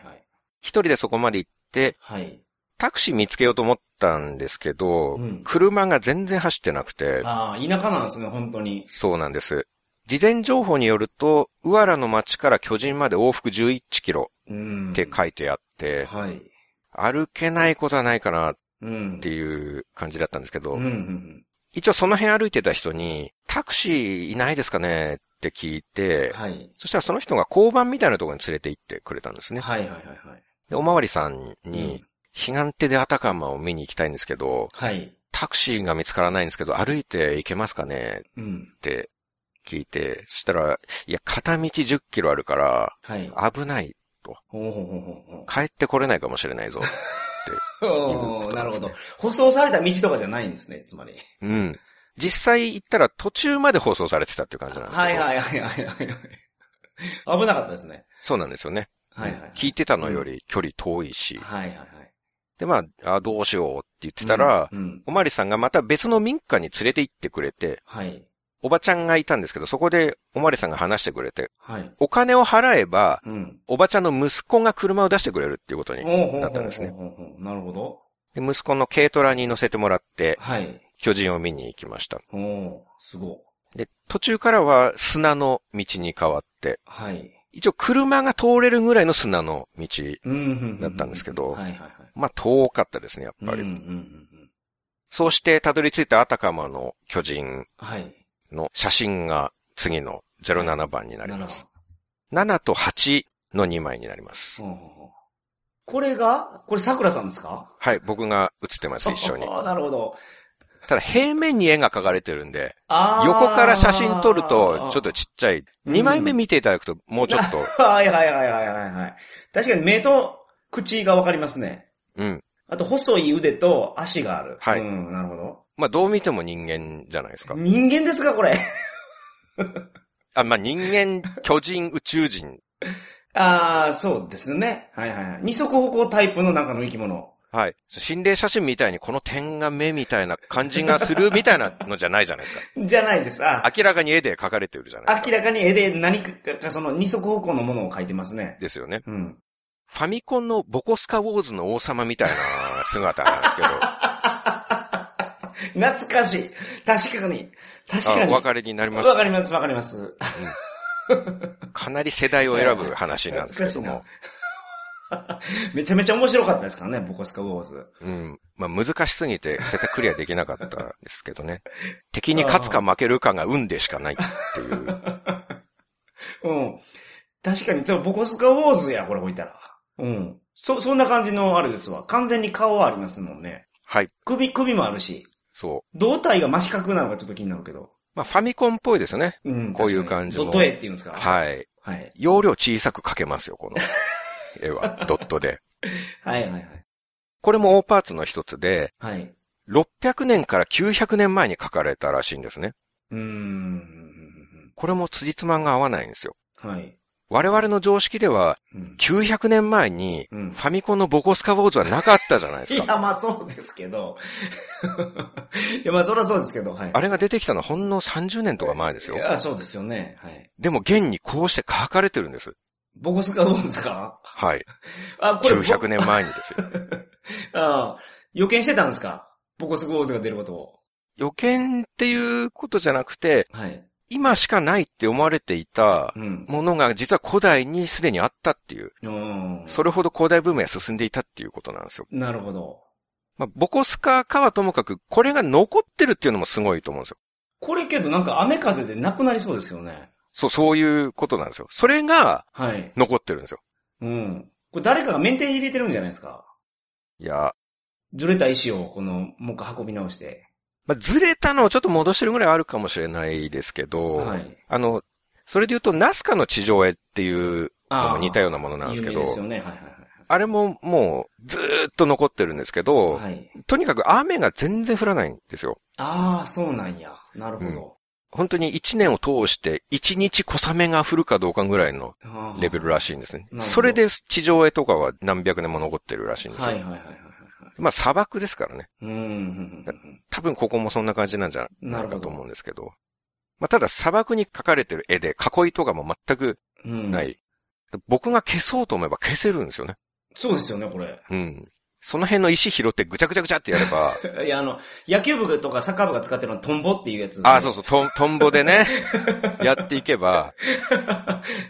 B: 一人でそこまで行って、
A: はい。
B: タクシー見つけようと思ったんですけど、
A: うん
B: 車が全然走ってなくて、
A: ああ、田舎なんですね、本当に。
B: そうなんです。事前情報によると、ウアラの町から巨人まで往復11キロ
A: うん。
B: って書いてあって、
A: はい。
B: 歩けないことはないかなっ
A: うん。
B: ていう感じだったんですけど、
A: うんうんうん。
B: 一応その辺歩いてた人に、タクシーいないですかねって聞いて、
A: はい。
B: そしたらその人が交番みたいなところに連れて行ってくれたんですね。
A: はいはいはいはい。
B: でおまわりさんに、
A: うん
B: 彼岸手でアタカマを見に行きたいんですけど、
A: はい。
B: タクシーが見つからないんですけど、歩いて行けますかね
A: うん
B: っ。て聞いて、そしたら、いや、片道10キロあるから、
A: はい。
B: 危ない。
A: ほうほうほうほ
B: 帰ってこれないかもしれな いぞ。
A: うほう。おーなるほど。舗装された道とかじゃないんですね、つまり。
B: うん。実際行ったら途中まで放送されてたっていう感じなんですけど。
A: はいはいはいはいはい。危なかったですね。
B: そうなんですよね。
A: はいはい。
B: 聞いてたのより距離遠いし。
A: はいはいはい。
B: で、まあ、あどうしようって言ってたら、
A: うん、うん
B: おまわりさんがまた別の民家に連れて行ってくれて、
A: はい。
B: おばちゃんがいたんですけど、そこでおまわりさんが話してくれて、
A: はい。
B: お金を払えば、
A: うん。
B: おばちゃんの息子が車を出してくれるっていうことに。
A: おうほうほうほうほう
B: なったんですね
A: なるほど。
B: で息子の軽トラに乗せてもらって、
A: はい。
B: 巨人を見に行きました。
A: おおすごい。
B: で、途中からは砂の道に変わって、
A: はい。
B: 一応車が通れるぐらいの砂の道。
A: うんうんうん。
B: だったんですけど
A: はいはいはい。
B: まあ、遠かったですね、やっ
A: うん
B: ぱ
A: うん
B: り。
A: うんうん。
B: そうしてたどり着いたアタカマの巨人
A: はい。
B: の写真が次の07番になります。
A: な
B: 7と8の2枚になります。
A: るほど。ほうほうほうこれが、これ桜さんですか
B: はい、僕が写っ てます、一緒に。
A: あなるほど。
B: ただ平面に絵が描かれてるんで、
A: あー
B: 横から写真撮るとちょっとちっちゃい。
A: うん
B: 2枚目見ていただくともうちょっと、
A: はいはいはいはいはいはい。確かに目と口がわかりますね。
B: うん。
A: あと、細い腕と足がある。
B: はい
A: うん、なるほど。
B: まあどう見ても人間じゃないですか。
A: 人間ですか、これ。
B: あ、まあ人間、巨人、宇宙人。
A: ああ、そうですね。はいはいはい。二足歩行タイプの中の生き物。
B: はい。心霊写真みたいにこの点が目みたいな感じがするみたいなのじゃないじゃない ですか。
A: じゃないです。あ
B: 明らかに絵で描かれてるじゃないです
A: 明ら
B: か。
A: かに絵で何かかその二足歩行のものを描いてますね。
B: ですよね。
A: うん。
B: ファミコンのボコスカウォーズの王様みたいな姿なんです けど、あ
A: 懐かしい。確かに。確かに。
B: お分かりになります
A: わかります、わかります。
B: かなり世代を選ぶ話なんですけども。
A: めちゃめちゃ面白かったですからね、ボコスカウォーズ。
B: うん。まあ難しすぎて絶対クリアできなかったですけどね。敵に勝つか負けるかが運でしかないっていう。
A: うん。確かに、そうボコスカウォーズや、これ置いたら。うん。そ、そんな感じのあれですわ。完全に顔はありますもんね。
B: はい。
A: 首、首もあるし。
B: そう。
A: 胴体が真四角なのかちょっと気になるけど。
B: まあファミコンっぽいですよね。
A: うん。
B: こういう感じの
A: ドット絵っていうんですかい。
B: はい。
A: はい。
B: 容量小さく描けますよ、この絵は。ドットで。
A: はいはいはい。
B: これも大パーツの一つで、
A: はい。
B: 600年から900年前に描かれたらしいんですね。
A: うーん。
B: これも辻褄が合わないんですよ。
A: はい。
B: 我々の常識では、
A: うん
B: 900年前に、
A: うん
B: ファミコンのボコスカウォーズはなかったじゃないで
A: い
B: す
A: や、
B: か。
A: まあそうですけど。 いや、まあそりゃそうですけど、はい。
B: あれが出てきたのはほんの30年とか前です
A: い
B: よ。
A: や、そうですよね。はい。
B: でも現にこうして書かれてるんです。
A: ボコスカウォーズか
B: はい。
A: あ、これ。
B: 900年前にですよ。
A: ああ、予見してたんですかポコスゴーズが出ることを。
B: 予見っていうことじゃなくて、
A: はい。
B: 今しかないって思われていた
A: うん。
B: ものが実は古代にすでにあったっていう、
A: うん。
B: それほど古代文明が進んでいたっていうことなんですよ。
A: なるほど。
B: まあ、ボコスカかはともかく、これが残ってるっていうのもすごいと思うんですよ。
A: これけどなんか雨風でなくなりそうですけどね。
B: そう、そういうことなんですよ。それが
A: はい。
B: 残ってるんですよ。
A: うん。これ誰かがメンテ入れてるんじゃないですか。
B: いや、
A: ずれた石を、この、もう一回運び直して。
B: まあ、ずれたのをちょっと戻してるぐらいあるかもしれないですけど、
A: はい。
B: あの、それで言うと、ナスカの地上絵っていうの
A: あ
B: も似たようなものなんですけ
A: 有
B: ど、
A: 名ですよね。はいはい
B: あれももうずーっと残ってるんですけど、
A: はい。はい。
B: とにかく雨が全然降らないんですよ。
A: ああ、そうなんや。なるほ
B: 本当に1年を通して1日小雨が降るかどうかぐらいの
A: ど。あー
B: レベルらしいんですね
A: う。ん
B: それで地上絵とかは何百年も残ってるらしいんです
A: はい
B: よ。
A: はいはいはいはい。
B: まあ砂漠ですからね。
A: うんうんうん
B: 多分ここもそんな感じなんじゃ
A: な
B: な
A: る
B: い
A: ほど
B: かと思うんですけど。まあただ砂漠に描かれてる絵で囲いとかも全く
A: うん。うん
B: ない。。僕が消そうと思えば消せるんですよね。
A: そうですよね、これ。
B: うん。その辺の石拾ってぐちゃぐちゃぐちゃってやれば、
A: いや、あの、野球部とかサッカー部が使ってるのはトンボっていうやつ。
B: ああ、そうそう、トン、トンボで ね、やっていけば、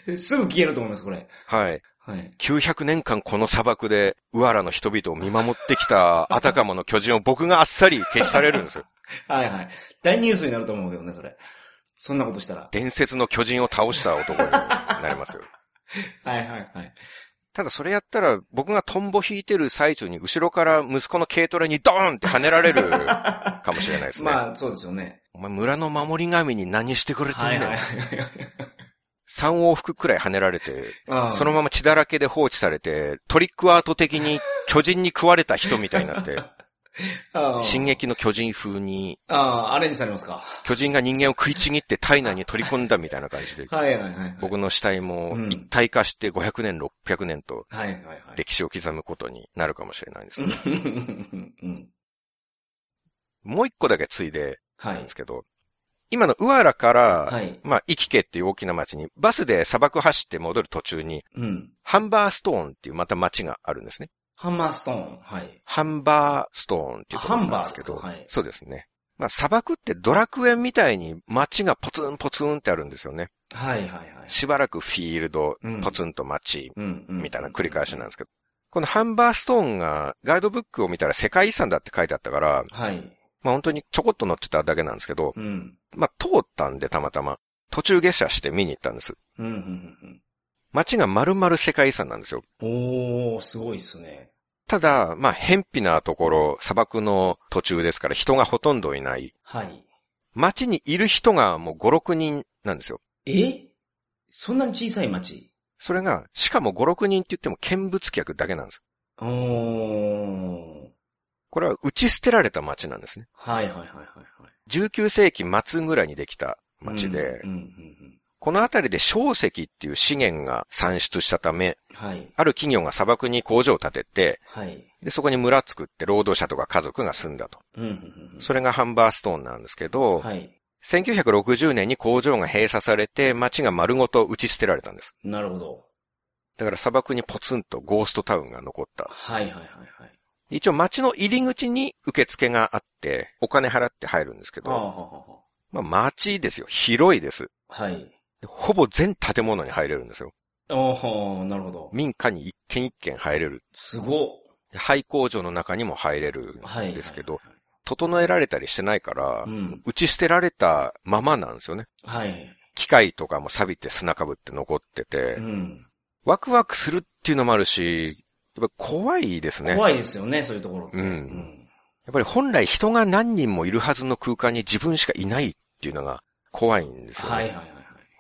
A: う。 すぐ消えると思います、これ。
B: はい。
A: はい。
B: 900年間この砂漠で、ウアラの人々を見守ってきた、あたかもの巨人を僕があっさり消し去れる んですよ。
A: はいはい。大ニュースになると思うけどね、それ。そんなことしたら。
B: 伝説の巨人を倒した男になりますよ。
A: はいはいはい。
B: ただそれやったら、僕がトンボ引いてる最中に、後ろから息子の軽トラにドーンって跳ねられ るかもしれないですね。
A: まあ、そうですよね。
B: お前村の守り神に何してくれてん
A: は
B: ね
A: い
B: ん。
A: はいはいはい。
B: 3往復くらい跳ねられて、
A: あー
B: そのまま血だらけで放置されて、トリックアート的に巨人に食われた人みたいになって、
A: あー
B: 進撃の巨人風に、
A: ああ、アレンジされますか。
B: 巨人が人間を食いちぎって体内に取り込んだみたいな感じで、
A: はいはいはい。
B: 僕の死体も
A: うん
B: 一体化して500年、600年と
A: はいはいはい。
B: 歴史を刻むことになるかもしれないです
A: う
B: ね。
A: んうん
B: もう一個だけついで
A: は
B: なん
A: い
B: で。すけど、今のウアラから、
A: はい。
B: まあ、イキケっていう大きな町に、バスで砂漠走って戻る途中に、
A: うん。
B: ハンバーストーンっていうまた町があるんですね。
A: ハンマーストーン。はい。
B: ハンバーストーンっていうところなんですけど、
A: あハンバーですかはい
B: そうですね。まあ砂漠ってドラクエみたいに街がポツンポツンってあるんですよね。
A: はいはいはい。
B: しばらくフィールド
A: うん、
B: ポツンと街、
A: うんうん
B: みたいな繰り返しなんですけど、このハンバーストーンがガイドブックを見たら世界遺産だって書いてあったから、
A: はい。
B: まあ本当にちょこっと乗ってただけなんですけど、
A: うん。
B: まあ通ったんでたまたま、途中下車して見に行ったんです。
A: うんうん
B: 街が丸々世界遺産なんですよ。
A: うんうん。おー、すごいっすね。
B: ただ、まあ、偏僻なところ、砂漠の途中ですから人がほとんどいない。
A: はい。
B: 街にいる人がもう5、6人なんですよ。
A: えそんなに小さい町
B: それが、しかも5、6人って言っても見物客だけなんです。
A: おー。
B: これは打ち捨てられた街なんですね。
A: はいはいはいはいはい。
B: 19世紀末ぐらいにできた街で、
A: うんうんうん
B: この辺りで小石っていう資源が産出したため、
A: うん。はい。
B: ある企業が砂漠に工場を建てて、
A: はい。
B: で、そこに村作って労働者とか家族が住んだと。
A: うんうんうんうん。
B: それがハンバーストーンなんですけど、
A: はい。
B: 1960年に工場が閉鎖されて、街が丸ごと打ち捨てられたんです。
A: なるほど。
B: だから砂漠にポツンとゴーストタウンが残った。
A: はいはいはいはい。
B: 一応街の入り口に受付があって、お金払って入るんですけ
A: あーは
B: ど、
A: はは
B: まあ街ですよ。広いです。
A: はい。
B: でほぼ全建物に入れるんですよ。
A: おー、なるほど。
B: 民家に一軒一軒入れる。
A: すごっ。
B: で廃工場の中にも入れる
A: はい。
B: んですけど、
A: はい
B: 整えられたりしてないから、
A: うん
B: 打ち捨てられたままなんですよね。
A: はい。
B: 機械とかも錆びて砂かぶって残ってて
A: う、ん。
B: ワクワクするっていうのもあるし、やっぱ怖いですね。
A: 怖いですよね、そういうところって。
B: うんやっぱり本来人が何人もいるはずの空間に自分しかいないっていうのが怖いんですよね。
A: はいはいはい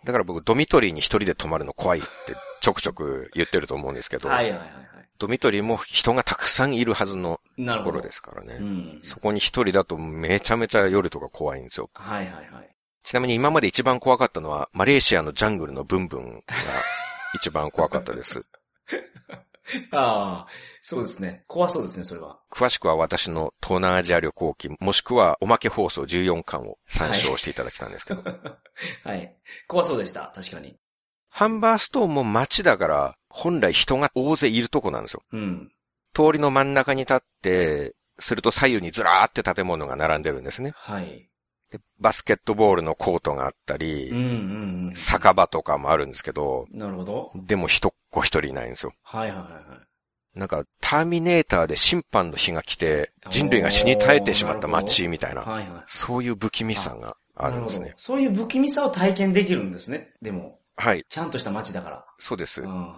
B: だから僕ドミトリーに一人で泊まるの怖いってちょくちょく言ってると思うんですけど、
A: はい。はいはいはいは
B: ドミトリーも人がたくさんいるはずの
A: い。な
B: と
A: る
B: こ
A: ほ
B: ろ
A: ど。
B: ですから
A: う
B: ね。
A: ん。
B: そこに一人だとめちゃめちゃ夜とか怖いんですよ。
A: はいはいはい。
B: ちなみに今まで一番怖かったのはマレーシアのジャングルのブンブンが一番怖かっ たです。
A: ああ、そうですね。怖そうですね、それは。
B: 詳しくは私の東南アジア旅行記、もしくはおまけ放送14巻を参照していただきたいんですけど、
A: はい。怖そうでした、確かに。
B: ハンバーストーンも街だから、本来人が大勢いるとこなんですよ。
A: うん。
B: 通りの真ん中に立って、すると左右にずらーって建物が並んでるんですね。
A: はい。
B: でバスケットボールのコートがあったり、
A: うんうんうん。
B: 酒場とかもあるんですけど、
A: なるほど。
B: でも一っ子一人いないんですよ。
A: はいはいはいはい。
B: なんか、ターミネーターで審判の日が来て、人類が死に絶えてしまった街みたいな、
A: はいはい。
B: そういう不気味さがあるんです
A: な
B: ね
A: ほ。どそういう不気味さを体験できるんですね。でも、
B: はい、
A: ちゃんとした街だから。
B: そうです
A: うん。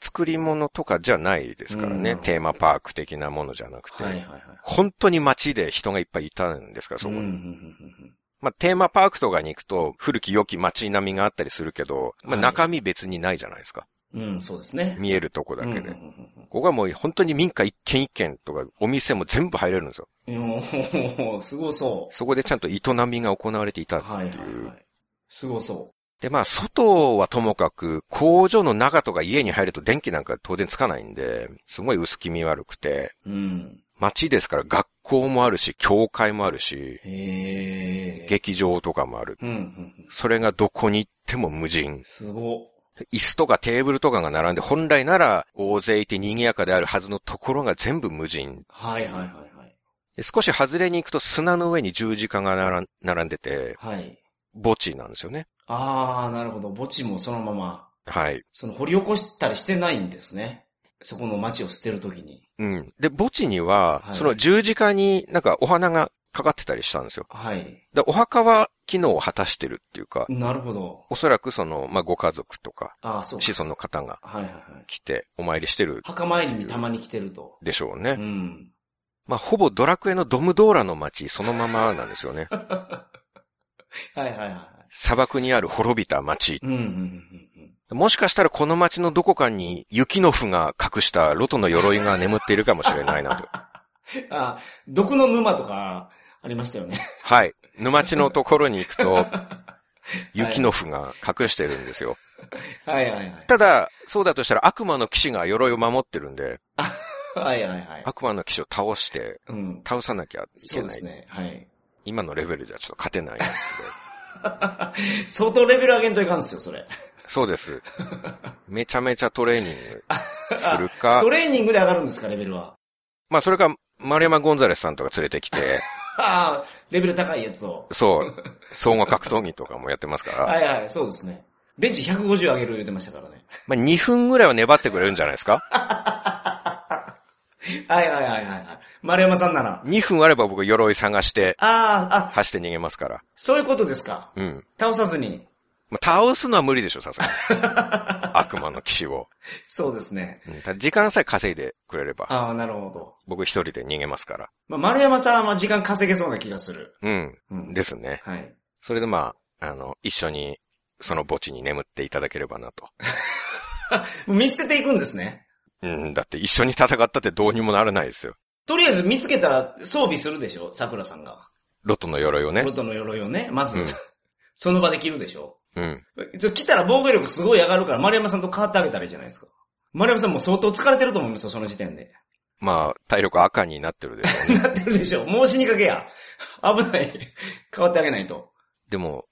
B: 作り物とかじゃないですからね、
A: うん
B: テーマパーク的なものじゃなくて、
A: はいはいはい。
B: 本当に街で人がいっぱいいたんですから、そこ
A: う
B: に。
A: んうんうん
B: まあ、テーマパークとかに行くと、古き良き街並みがあったりするけど、ま
A: は
B: あ、
A: い
B: 中身別にないじゃないですか。
A: うんうん、うんそうですね。
B: 見えるとこだけで。
A: うん
B: ここがもう本当に民家一軒一軒とか、お店も全部入れるんですよ。
A: うんうんうんうんおーすごそう。
B: そこでちゃんと営みが行われていた。
A: はいはいはい。すごそ
B: で、まあ、外はともかく、工場の中とか家に入ると電気なんか当然つかないんで、すごい薄気味悪くて、
A: う。うん。
B: 街ですから学校もあるし、教会もあるし、
A: へえ。
B: 劇場とかもある。
A: うんうんうん。
B: それがどこに行っても無人。
A: すご。
B: 椅子とかテーブルとかが並んで、本来なら大勢いて賑やかであるはずのところが全部無人。
A: はいはいはいはい。
B: で少し外れに行くと砂の上に十字架が並ん並んでて、
A: はい。
B: 墓地なんですよね。
A: あー、なるほど。墓地もそのまま、
B: はい。
A: その掘り起こしたりしてないんですね。そこの町を捨てるときに。
B: うん。で、墓地には、
A: はい
B: その十字架になんかお花がかかってたりしたんですよ。
A: はい。
B: で、お墓は機能を果たしてるっていうか、
A: なるほど。
B: おそらくその、まあ、ご家族とか、
A: あー、そうか。
B: 子孫の方が
A: はいはいはい。
B: 来てお参りしてる
A: 墓参りにたまに来てると。
B: でしょう
A: う
B: ね。
A: ん。
B: まあ、ほぼドラクエのドムドーラの街そのままなんですよね。
A: はいはいは
B: 砂漠にある滅びた街
A: い。うんうんうんうん。
B: もしかしたらこの街のどこかに雪の符が隠したロトの鎧が眠っているかもしれな いなと。
A: あ、毒の沼とか、ありましたよね。
B: はい。沼地のところに行くと、雪の符が隠してるんですよ。
A: はいはいはい。
B: ただ、そうだとしたら悪魔の騎士が鎧を守ってるんで、
A: はいはいはい。
B: 悪魔の騎士を倒して、
A: うん。
B: 倒さなきゃい
A: そ
B: け
A: うで
B: ない。
A: すね。はい。
B: 今のレベルじゃちょっと勝てないんで。
A: 相当レベル上げんといかんですよ、それ。
B: そ うです。めちゃめちゃトレーニングするか
A: ト、レーニングで上がるんですか、レベルは。
B: まあそれか、丸山ゴンザレスさんとか連れてきて、
A: ああ、レベル高いやつを。
B: そう、総合格闘技とかもやってますから、
A: はいはい、そうですね。ベンチ150上げる言うてましたからね。
B: まあ、2分ぐらいは粘ってくれるんじゃないですか
A: はいはいはいはいはい。丸山さんなら。あ
B: ?2 分あれば僕鎧探して、
A: あ、あ、
B: 走って逃げますから。
A: そういうことですか。
B: うん。
A: 倒さずに。
B: まあ、倒すのは無理でしょ、さす がに。悪魔の騎士を。
A: そうですね。
B: うん、ただ時間さえ稼いでくれれば、
A: ああ、なるほど。
B: 僕一人で逃げますから。
A: まあ、丸山さんは時間稼げそうな気がする。
B: うん。
A: うん。
B: ですね。
A: はい。
B: それでまあ、あの、一緒に、その墓地に眠っていただければなと。
A: もう見捨てていくんですね。
B: うん、だって一緒に戦ったってどうにもならないですよ。
A: とりあえず見つけたら装備するでしょ桜さんが。
B: ロトの鎧をね
A: ロ。トの鎧をね、まず、
B: うん
A: その場で着るでしょ
B: うん。
A: ちょ来たら防御力すごい上がるから、丸山さんと変わってあげたらいいじゃないですか。丸山さんも相当疲れてると思いますよ、その時点で。
B: まあ、体力赤になってるでしょうね。
A: なってるでしょ。もう死にかけや。危ない。変わってあげないと。
B: でも、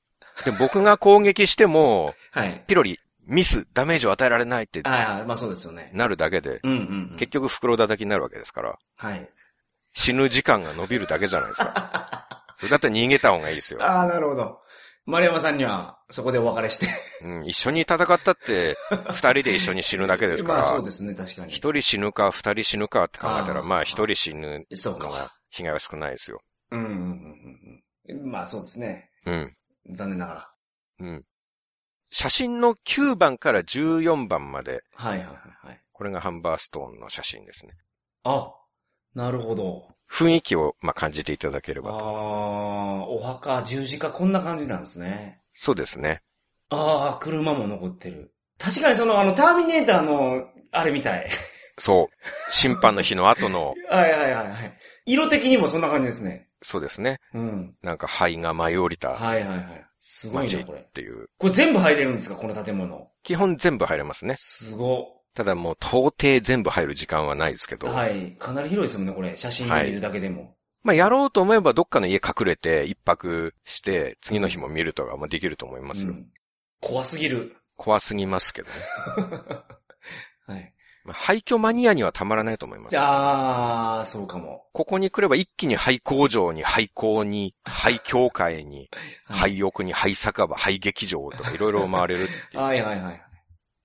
B: で僕が攻撃しても、
A: はい。
B: ピロリ、ミス、ダメージを与えられないって
A: ああ、まあそうですよね。
B: なるだけで、
A: うんうん、うん。
B: 結局袋叩きになるわけですから、
A: はい。
B: 死ぬ時間が伸びるだけじゃないですか。 それだったら逃げた方がいいですよ。
A: ああ、なるほど。丸山さんには、そこでお別れして。
B: うん、一緒に戦ったって、二人で一緒に死ぬだけですか
A: まあそう
B: ら、
A: ですね、確かに。
B: 一人死ぬか二人死ぬかって考えたら、
A: あー
B: まあ一人死ぬ
A: そう
B: のが
A: か。
B: 被害は少ないですよ。
A: うんうんうんうんうん。まあそうですね。
B: うん。
A: 残念ながら。
B: うん。写真の9番から14番まで、
A: はいはいはいはい。
B: これがハンバーストーンの写真ですね。
A: あ、なるほど。
B: 雰囲気を、まあ、感じていただけれ
A: あ
B: ばと。
A: あ、お墓、十字架、こんな感じなんですね。
B: そうですね。
A: ああ、車も残ってる。確かにその、あの、ターミネーターの、あれみたい。
B: そう。審判の日の後の、
A: はいはいはいはい。色的にもそんな感じですね。
B: そうですね。
A: うん。
B: なんか灰が舞い降りた
A: はいはいはい。すごい
B: 街
A: な、
B: っ
A: これ。
B: ていう。
A: これ全部入れるんですかこの建物。
B: 基本全部入れますね。
A: すご。
B: ただもう到底全部入る時間はないですけど。
A: はい。かなり広いですもんね、これ。写真見るだけでも。
B: まあやろうと思えばどっかの家隠れて一泊して次の日も見るとかもできると思います
A: う
B: よ。
A: ん怖すぎる。
B: 怖すぎますけどね。
A: はい。
B: まあ廃墟マニアにはたまらないと思います。
A: あー、そうかも。
B: ここに来れば一気に廃工場に、廃 校に、廃教会に、廃屋に、廃酒場、廃劇場とかいろいろ回れるっていう。
A: はいはいはい。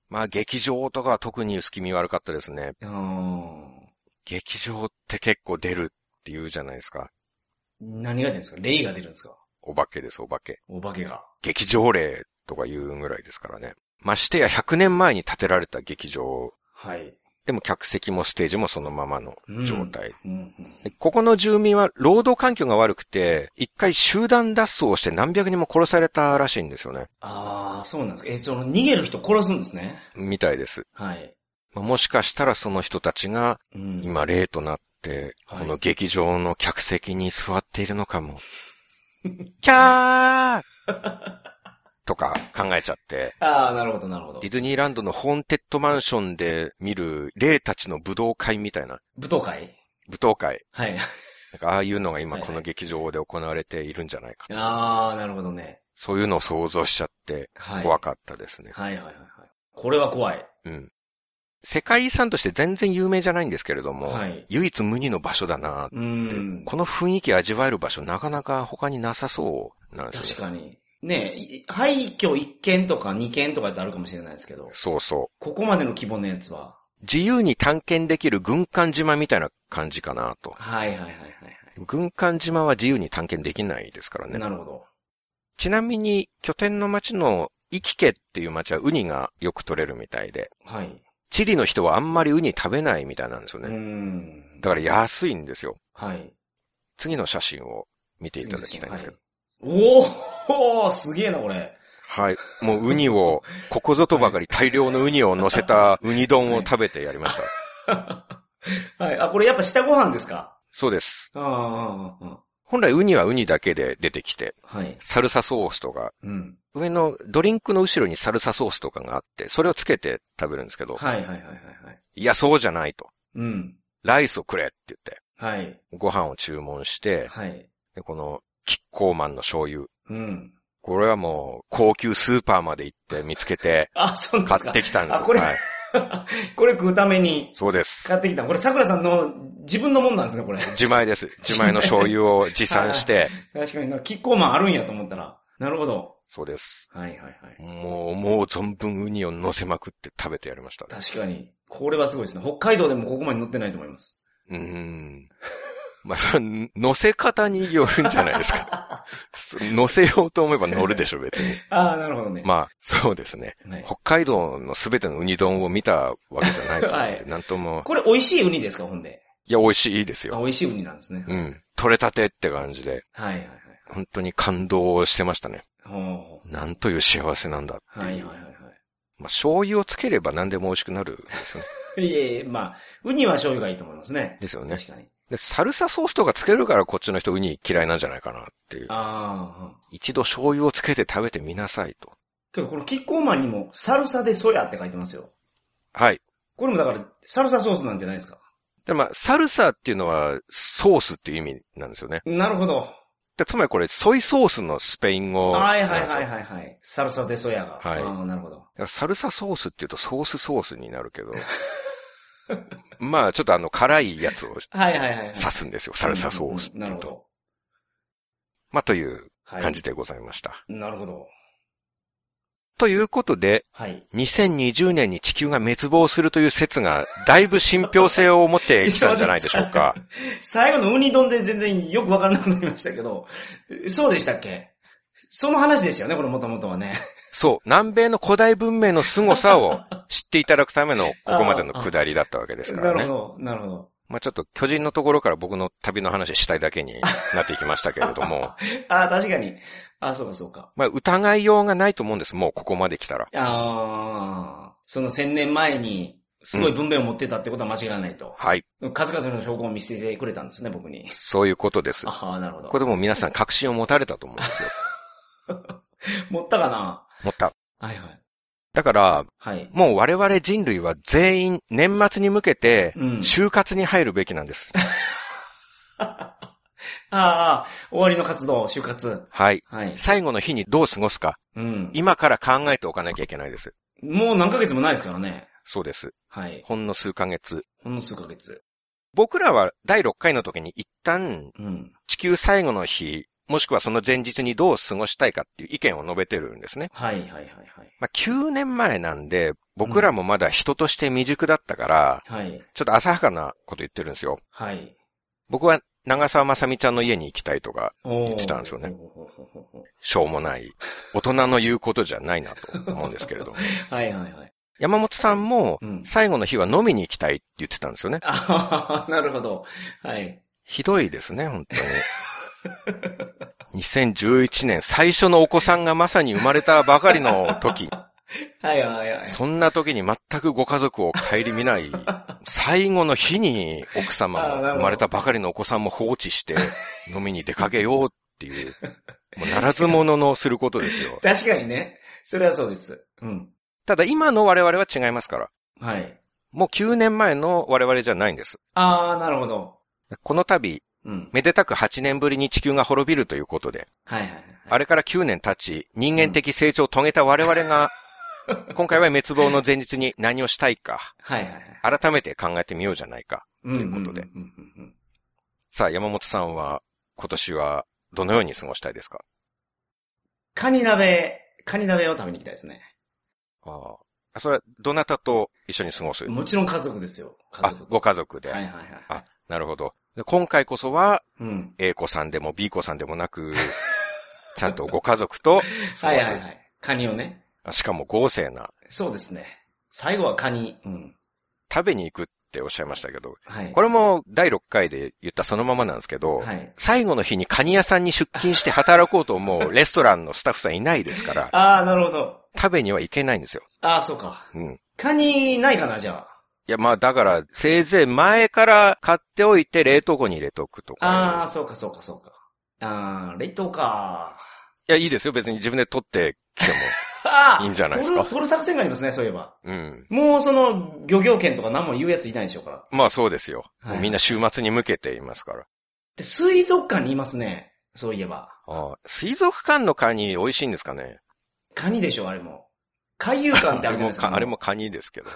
B: まあ劇場とかは特に薄気味悪かったですね。
A: うーん。
B: 劇場って結構出るって言うじゃないですか。
A: 何が出るんですか霊が出るんですか
B: お化けです、お化け。
A: お化けが。
B: 劇場霊とか言うぐらいですからね。ましてや100年前に建てられた劇場。
A: はい。
B: でも客席もステージもそのままの
A: うん
B: 状。態。
A: うんうん。
B: でここの住民は労働環境が悪くて、一回集団脱走をして何百人も殺されたらしいんですよね。
A: あー、そうなんですか。え、その逃げる人殺すんですね。
B: みたいです。
A: はい。
B: まあもしかしたらその人たちが
A: うん。
B: 今霊となって、
A: はい
B: この劇場の客席に座っているの かも。キャーとか考えちゃって、
A: あー、なるほどなるほど
B: ディ。ズニーランドのホーンテッドマンションで見る霊たちの武道会みたいな、
A: 舞踏会
B: 舞踏会。
A: はい。
B: なんかああいうのが今
A: はいはい
B: この劇場で行われているんじゃないか。
A: あー、なるほどね。
B: そういうのを想像しちゃって
A: はい。
B: 怖かったですね。
A: はいはいはいはい。これは怖い。
B: うん。世界遺産として全然有名じゃないんですけれども、
A: はい。
B: 唯一無二の場所だな
A: うーん。
B: この雰囲気味わえる場所なかなか他になさそうなんです
A: 確
B: よね。
A: かに。ねえい、廃墟1軒とか2軒とかってあるかもしれないですけど、
B: そうそ
A: ここまでの規模のやつは。
B: う。自由に探検できる軍艦島みたいな感じかなと。
A: はいはいはいはい
B: 軍艦島は自由に探検できないですから
A: はい。
B: ね。
A: なるほど。
B: ちなみに拠点の町のイキケっていう町はウニがよく取れるみたいで、
A: はい。
B: チリの人はあんまりウニ食べないみたいなんですよ
A: うー
B: ね。
A: ん。
B: だから安いんですよ。
A: はい。
B: 次の写真を見ていただきたいんですけど。
A: はいおーおーすげえな、これ。
B: はい。もうウニを、ここぞとばかり大量のウニを乗せたウニ丼を食べてやりました。
A: はい。あ、これやっぱ下ご飯ですか
B: そうです。
A: あーあー、あーあ
B: 本来ウニはウニだけで出てきて、
A: ー、はい。
B: サルサソースとか、
A: うん。
B: 上のドリンクの後ろにサルサソースとかがあって、それをつけて食べるんですけど、
A: はいはいはいはいはい。
B: いや、そうじゃないと。
A: うん。
B: ライスをくれって言って、
A: はい。
B: ご飯を注文して、
A: はい。
B: でこの、キッコーマンの醤油。
A: うん。
B: これはもう、高級スーパーまで行って見つけて、
A: あ、そうなん
B: 買
A: ですか。
B: ってきたんです
A: あ
B: よ。
A: これ
B: はい。
A: これ食うために
B: そうです
A: 買。ってきた。これ桜さんの自分のもんなんですね、これ。
B: 自前です。自前の醤油を持参 して、
A: 確かにな、キッコーマンあるんやと思ったら。なるほど。
B: そうです。
A: はいはいはい。
B: もう、もう存分ウニを乗せまくって食べてやりました。
A: 確かに。これはすごいですね。北海道でもここまで乗ってないと思います。
B: うーん。まあ、それ、乗せ方によるんじゃないですか。 そ乗せようと思えば乗るでしょ、別に。
A: ああ、なるほどね。
B: まあ、そうですね。
A: はい
B: 北海道のすべてのウニ丼を見たわけじゃないと思うんで、
A: はい
B: なんとも、
A: これ美味しいウニですか、ほんで。
B: いや、美味しいです
A: あ
B: よ。
A: 美味しいウニなんですね。
B: うん。取れたてって感じで、
A: はいはいはい。
B: 本当に感動してましたね。
A: ほうほ
B: なんという幸せなんだ
A: う
B: って。
A: はいいうはいはいは
B: まあ、醤油をつければ何でも美味しくなるんですよね。
A: い。いえいえ、まあ、ウニは醤油がいいと思いますね。
B: ですよ ね。
A: 確かに。
B: で、サルサソースとかつけるからこっちの人ウニ嫌いなんじゃないかなっていう。
A: ああ。
B: 一度醤油をつけて食べてみなさいと。
A: けどこのキッコーマンにも、サルサでソヤって書いてますよ。
B: はい。
A: これもだから、サルサソースなんじゃないですか。
B: で、まあ、サルサっていうのはソースっていう意味なんですよね。
A: なるほど。
B: でつまりこれソイソースのスペイン語なん
A: は
B: です
A: いは
B: よ。
A: いはいはいはい。サルサでソヤが。
B: はい
A: あーなるほど。
B: だからサルサソースっていうとソースソースにな るけど。まあ、ちょっとあの、辛いやつを
A: はいはいはいはい。
B: 指すんですよ。サルサソースって
A: な
B: いう
A: るほ
B: と。
A: ど。
B: まあ、という
A: はい。
B: 感じでございました。
A: なるほど。
B: ということで、
A: はい。
B: 2020年に地球が滅亡するという説が、だいぶ信憑性を持ってきたんじゃないでしょ うか。
A: 最後のウニ丼で全然よくわからなくなりましたけど、そうでしたっけその話でしたよね、これもともとはね。
B: そう、南米の古代文明の凄さを知っていただくための、ここまでの下りだったわけですか
A: な
B: ら
A: る
B: ね。
A: ほど、なるほど。
B: まあちょっと巨人のところから僕の旅の話したいだけになっていきましたけれど も、
A: ああ、確かに。ああ、そうかそうか。
B: まあ疑いようがないと思うんです、もうここまで来たら。
A: ああ、その千年前に、すごい文明を持ってたってことは間違いないと。
B: はい、
A: 数々の証拠を見せてくれたんですね、僕に。
B: そういうことです。
A: ああ、なるほど。
B: これでもう皆さん確信を持たれたと思うんですよ。
A: 持ったかな
B: 持った。
A: はいはい。
B: だから、
A: はい。
B: もう我々人類は全員年末に向けて、
A: うん。
B: 就活に入るべきなんです。
A: ああ、終わりの活動、就活。
B: はい。
A: はい。
B: 最後の日にどう過ごすか、
A: うん。
B: 今から考えておかなきゃいけないです。
A: もう何ヶ月もないですからね。
B: そうです。
A: はい。
B: ほんの数ヶ月。
A: ほんの数ヶ月。
B: 僕らは第6回の時に一旦
A: うん。
B: 地球最後の日、もしくはその前日にどう過ごしたいかっていう意見を述べてるんですね。
A: はいはいはいはい。
B: まあ、9年前なんで、僕らもまだ人として未熟だったから、
A: はい。
B: ちょっと浅はかなこと言ってるんですよ。
A: はい。
B: 僕は長澤まさみちゃんの家に行きたいとか、
A: おー
B: 言ってたんですよね
A: ほうほうほうほうほ
B: しょうもない、大人の言うことじゃないなと思うんですけれども。
A: うはいはいはい。
B: 山本さんも
A: う、ん。
B: 最後の日は飲みに行きたいって言ってたんですよね。
A: あはははなるほど。はい。
B: ひどいですね、本当に。2011年、最初のお子さんがまさに生まれたばかりの時、
A: はいはいはい。
B: そんな時に全くご家族を顧みない、 最後の日に奥様
A: あーなる
B: も
A: ほど
B: 生まれたばかりのお子さんも放置 して、飲みに出かけようっていう、もうならず者のすることですよ。
A: 確かにね。それはそうです。うん。
B: ただ今の我々は違いますから。
A: はい。
B: もう9年前の我々じゃないんです。
A: あー、なるほど。
B: この度、
A: うん。
B: めでたく8年ぶりに地球が滅びるということで、
A: はいはいはい。
B: あれから9年経ち、人間的成長を遂げた我々 が、今回は滅亡の前日に何をしたいか、
A: はいはいはい。
B: 改めて考えてみようじゃないか。
A: と
B: いうことで
A: うんうんうんうんうん
B: さあ、山本さんは、今年は、どのように過ごしたいですか
A: カニ鍋、カニ鍋を食べに行きたいですね。
B: ああ。それは、どなたと一緒に過ごす
A: もちろん家族ですよ。家
B: あ
A: 族、と。
B: ご家族で。
A: はいはいはい。
B: あ、なるほど。で今回こそは、
A: うん。
B: A 子さんでも B 子さんでも なく、ちゃんとご家族と過
A: はい
B: ご
A: は
B: す
A: い。はい。カニをね。
B: しかも豪勢な、
A: そうですね。最後はカニ。うん。
B: 食べに行くっておっしゃいましたけど、
A: はい。
B: これも第6回で言ったそのままなんですけど、
A: はい。
B: 最後の日にカニ屋さんに出勤して働こうと思うレストランのスタッフさんいないですから、
A: ああ、なるほど。
B: 食べには行けないんですよ。
A: ああ、そうか。
B: うん。い
A: カニないかな、じゃあ。
B: や、まあだから、せいぜい前から買っておいて冷凍庫に入れとくと
A: ああ、
B: か。
A: そうか、そうか、そうか。ああ、冷凍か。
B: いや、いいですよ。別に自分で取ってきて
A: ああ
B: いいんじゃないですか
A: 取る、取る作戦がありますね、そういえば。
B: も。うん。
A: もうその、漁業権とか何も言うやついないでしょうから。
B: まあそうですよ。
A: はい
B: もうみんな週末に向けていますから。
A: で、水族館にいますね。そういえば。
B: ああ、水族館のカニ美味しいんですかね
A: カニでしょ、あれも。海遊館ってある
B: あ
A: じゃな
B: れ
A: い
B: も
A: ですか。
B: か、あれもカニですけど。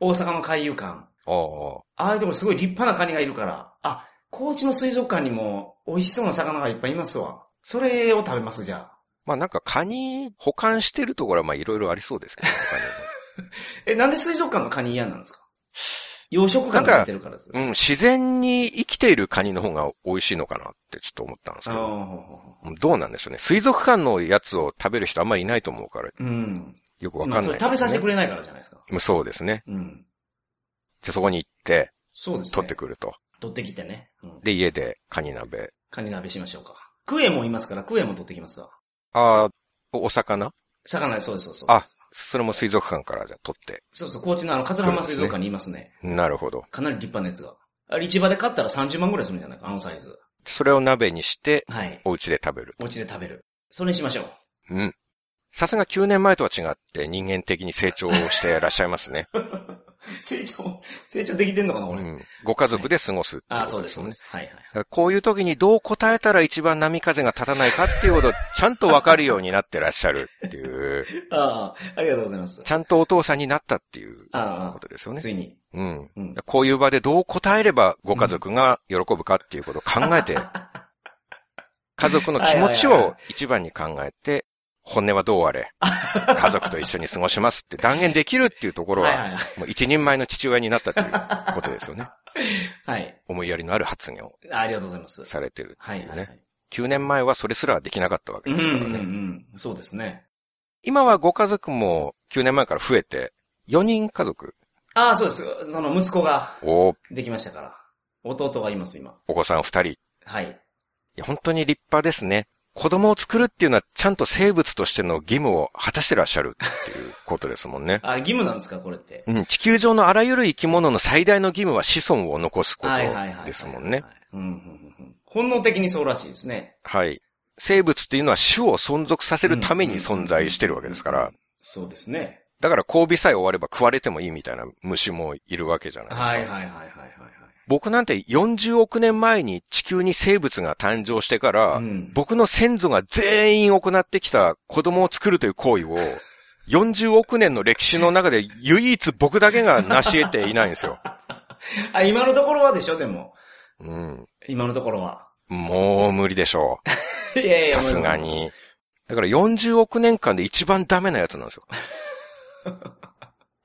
A: 大阪の海遊館。
B: ああ、
A: ああいうところすごい立派なカニがいるから。あ、高知の水族館にも美味しそうな魚がいっぱいいますわ。それを食べます、じゃあ。
B: まあなんかカニ保管してるところはまあいろいろありそうですけど、他にも
A: え、なんで水族館のカニ嫌なんですか養殖館が出てるからです。
B: うん、自然に生きているカニの方が美味しいのかなってちょっと思ったんです
A: あ
B: けど、
A: の
B: どうなんでしょうね。水族館のやつを食べる人あんまりいないと思うから、
A: うん。
B: よくわかんない、
A: そ
B: で
A: れ食べさせて
B: れ
A: くれないからじゃないですか。
B: そうですね。
A: うん。
B: じゃあそこに行って、
A: そうですね。
B: 取ってくると。
A: 取ってきてね。うん、
B: で、家でカニ鍋。
A: カニ鍋しましょうか。クエもいますから、クエも取ってきますわ。
B: ああ、おお魚
A: 魚、そうです、そうです。そう
B: あ
A: です
B: それも水族館からじゃあ取って。
A: そうそう、高知のあの、桂浜水族館にいますね。
B: なるほど。
A: かなり立派なやつが。あれ、市場で買ったら30万ぐらいするんじゃないか、あのサイズ。
B: それを鍋にして、
A: はい。
B: お家で食べる。
A: お家で食べる。それにしましょう。
B: うん。さすが9年前とは違って人間的に成長してらっしゃいます ね。
A: 成長、成長できてんのかな、
B: う
A: 俺。
B: ん、ご家族で過ごすって
A: あ
B: こ
A: あ、そ
B: と
A: う
B: で
A: です、
B: す
A: そう
B: ね
A: で。す。はいはい。
B: だからこういう時にどう答えたら一番波風が立たないかっていうことをちゃんとわかるようになってらっしゃるっていう、
A: ああ、ありがとうございます。
B: ちゃんとお父さんになったっていう
A: ああああ
B: ことですよね
A: つ。いに。
B: うん。
A: うん。
B: こういう場でどう答えればご家族が喜ぶかっていうことを考 えて、家族の気持ち
A: はいはいはい
B: を一番に考えて、本音はどうあれ、家族と一緒に過ごしますって断言できるっていうところ
A: はいは
B: は、
A: いはい。
B: もう一人前の父親になったということですよ ね。
A: はい。
B: 思いやりのある発言を
A: あありがとうございます。
B: されてるっ
A: は
B: て
A: い
B: い
A: は
B: う
A: いは
B: ね。
A: い。
B: 9年前はそれすらできなかったわけ
A: うんうん
B: ですから
A: うん
B: ね。
A: うん。そうですね。
B: 今はご家族も9年前から増えて、4人家族
A: ああ、そうです。その息子が
B: を
A: できましたから。弟がいます、今。
B: お子さん2人。い
A: はい。。
B: や、本当に立派ですね。子供を作るっていうのはちゃんと生物としての義務を果たしてらっしゃるっていうことですもんね
A: あ、義務なんですか、これって。
B: うん、地球上のあらゆる生き物の最大の義務は子孫を残すこと
A: はいはいはい。
B: ですもんね。。
A: うんうんうんうん。本能的にそうらしいですね。
B: はい。生物っていうのは種を存続させるために存在してるわけですか
A: うんうんう
B: ら
A: ん。。そうですね。
B: だから交尾さえ終われば食われてもいいみたいな虫もいるわけじゃないですか。
A: はいはいはいはいはい
B: 僕なんて40億年前に地球に生物が誕生してか
A: は
B: ら、
A: い。うん
B: 僕の先祖が全員行ってきた子供を作るという行為を40億年の歴史の中で唯一僕だけが成し得ていないんですよ。
A: あ、今のところはでしょ、でも。
B: うん。
A: 今のところは。
B: もう無理でしょ
A: いや
B: う。さすが。に。だから40億年間で一番ダメなやつなんですよ。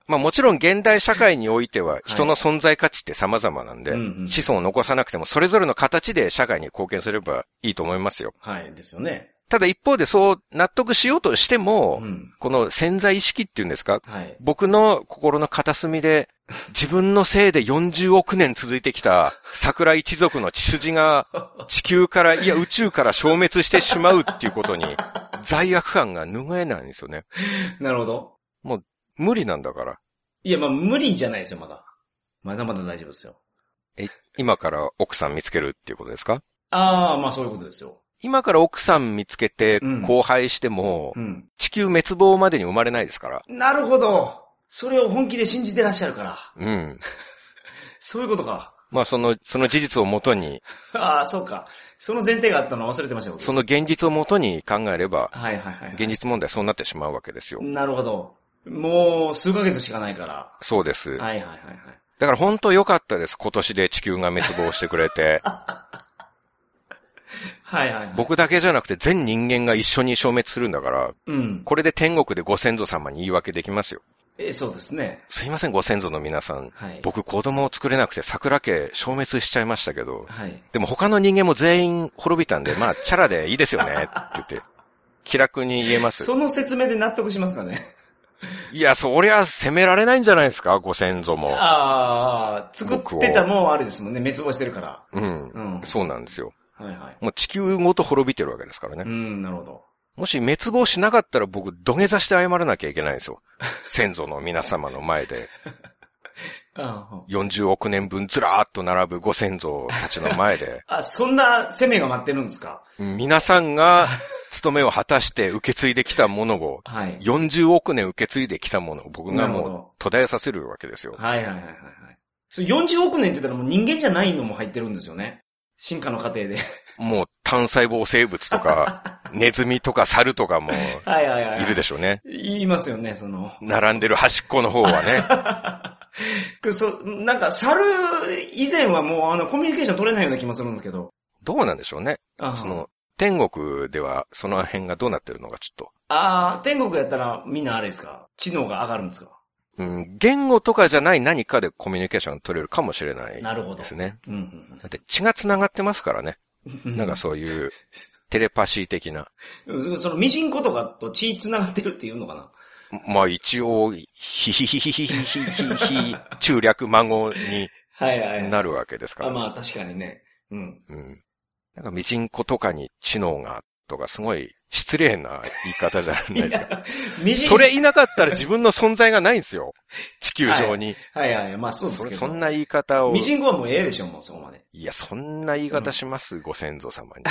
B: まあもちろん現代社会においては人の存在価値って様々なんで、
A: うんうん
B: 子孫を残さなくてもそれぞれの形で社会に貢献すればいいと思いますよ。
A: はい、ですよね。
B: ただ一方でそう納得しようとしても、
A: うん。
B: この潜在意識っていうんですか
A: はい。
B: 僕の心の片隅で、自分のせいで40億年続いてきた桜一族の血筋が地球から、いや宇宙から消滅してしまうっていうことに罪悪感が拭えないんですよね。
A: なるほど。
B: 無理なんだから。
A: いや、まあ、無理じゃないですよ、まだ。まだまだ大丈夫ですよ。
B: 今から奥さん見つけるっていうことですか
A: ああ、まあ、そういうことですよ。
B: 今から奥さん見つけて
A: うん
B: 交配しても
A: う、ん。
B: 地球滅亡までに生まれないですから。
A: なるほど。それを本気で信じてらっしゃるから。
B: うん。
A: そういうことか。
B: まあその、その事実をもとに、
A: ああ、そうか。その前提があったのは忘れてましたよ。僕
B: その現実をもとに考えれば、
A: はいはいはい。
B: 現実問題そうなってしまうわけですよ。
A: なるほど。もう、数ヶ月しかないから。
B: そうです。
A: はいはいはいはい。
B: だから本当良かったです。今年で地球が滅亡してく れて。
A: はいはい、はい。。
B: 僕だけじゃなくて全人間が一緒に消滅するんだから、
A: うん。
B: これで天国でご先祖様に言い訳できますよ。
A: え、そうですね。
B: すいません、ご先祖の皆さん。
A: はい。。
B: 僕子供を作れなくて桜家消滅しちゃいましたけど、
A: はい。
B: でも他の人間も全員滅びたんで、まあ、チャラでいいですよね、って言って。気楽に言えます。
A: その説明で納得しますかね。
B: いや、そりゃ責められないんじゃないですか、ご先祖も。
A: ああ、作ってたもんあれですもんね。滅亡してるから。
B: うん。
A: うん。
B: そうなんですよ。
A: はいはい。
B: もう地球ごと滅びてるわけですからね
A: う。ん、なるほど。
B: もし滅亡しなかったら僕土下座して謝らなきゃいけないんですよ。先祖の皆様の前で、
A: あー
B: 40億年分ずらーっと並ぶご先祖たちの前で、
A: あ、そんな攻めが待ってるんですか
B: 皆さんが務めを果たして受け継いできたものを、
A: はい。
B: 40億年受け継いできたものを僕
A: な
B: が
A: るほ
B: も
A: ど
B: う途絶えさせるわけですよ。
A: はいはいはいはいはい。そう40億年って言ったらもう人間じゃないのも入ってるんですよね。進化の過程で。
B: もう単細胞生物とか、ネズミとか猿とかも
A: はいはいはい。
B: いるでしょうね。
A: 言いますよね、その。
B: 並んでる端っこの方はね。
A: くそ、なんか、猿以前はもう、あの、コミュニケーション取れないような気もするんですけど。
B: どうなんでしょうね。
A: あ
B: その、天国ではその辺がどうなってるのかちょっと。
A: あー天国やったらみんなあれですか知能が上がるんですか
B: うん、言語とかじゃない何かでコミュニケーション取れるかもしれない
A: なるほど。
B: ですね。
A: うん
B: だって血が繋がってますからね。
A: うんうん。
B: なんかそういうテレパシー的な。
A: うんその、ミジンコとかと血繋がってるっていうのかな
B: まあ一応、ひひひひひひひひ、中略孫に
A: はいはい。
B: なるわけですか
A: あ
B: ら。
A: まあ、確かにね。うん。
B: うん。なんかミジンコとかに知能がとかすごい失礼な言い方じゃないですか。
A: ミジン
B: それいなかったら自分の存在がないんですよ。地球上に。
A: はいはい。まあ、そうです
B: そ
A: け
B: れ
A: ど。
B: そんな言い方を。
A: ミ
B: い
A: ジンコはもうええでしょ、もうそこまで。
B: や、そんな言い方します、ご先祖様に。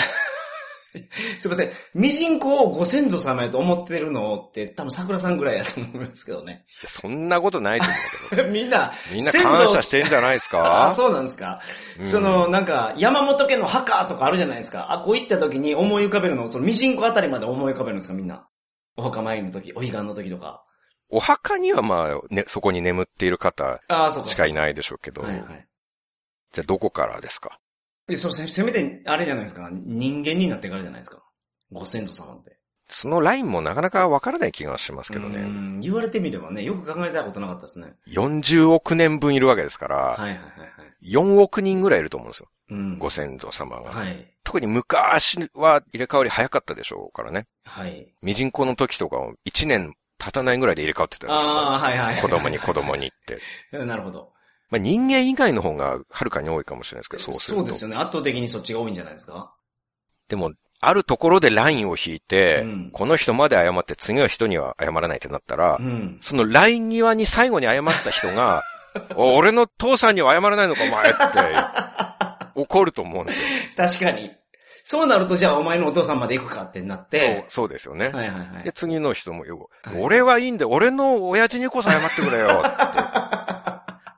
A: すいません。ミジンコをご先祖様やと思ってるのって、多分桜さんぐらいやと思いますけどね。
B: いやそんなことないと思うけど。
A: みんな、
B: みんな感謝しててんじゃないですか
A: あ、そうなんですか。
B: うん
A: その、なんか、山本家の墓とかあるじゃないですか。あ、こう行った時に思い浮かべるの、そのミジンコあたりまで思い浮かべるんですか、みんな。お墓参りの時、お彼岸の時とか。
B: お墓にはまあ、ね、そこに眠っている方
A: ああ、そうか。
B: しかいないでしょうけど、
A: はいはい。
B: じゃあどこからですか
A: で、そのせ、せめて、あれじゃないですか。人間になってからじゃないですか。ご先祖様って。
B: そのラインもなかなかわからない気がしますけど
A: う
B: ね。
A: ん言われてみればね、よく考えたことなかったですね。
B: 40億年分いるわけですから、
A: はいはいはいはい。
B: 4億人ぐらいいると思うんですよ。
A: うん。
B: ご先祖様が。
A: はい。
B: 特に昔は入れ替わり早かったでしょうからね。
A: はい。
B: ミジンコの時とかは1年経たないぐらいで入れ替わってたでしょう
A: あ
B: か
A: あ、はいは
B: ら。
A: い。
B: 子供に子供 にって。
A: なるほど。
B: まあ、人間以外の方がはるかに多いかもしれないですけど、そうすると。
A: ですよね。圧倒的にそっちが多いんじゃないですか。
B: でも、あるところでラインを引いて、
A: うん
B: この人まで謝って次の人には謝らないってなったら、
A: うん。
B: そのライン際に最後に謝った人 が、お俺の父さんには謝らないのかお前って、怒ると思うんですよ。
A: 確かに。そうなると、じゃあお前のお父さんまで行くかってなっ
B: そう
A: て。、
B: そうですよね。
A: はいはいは
B: で、
A: い。
B: 次の人もよ、
A: はい
B: 俺はいいんだよ、俺の親父にこそ謝ってくれよ って。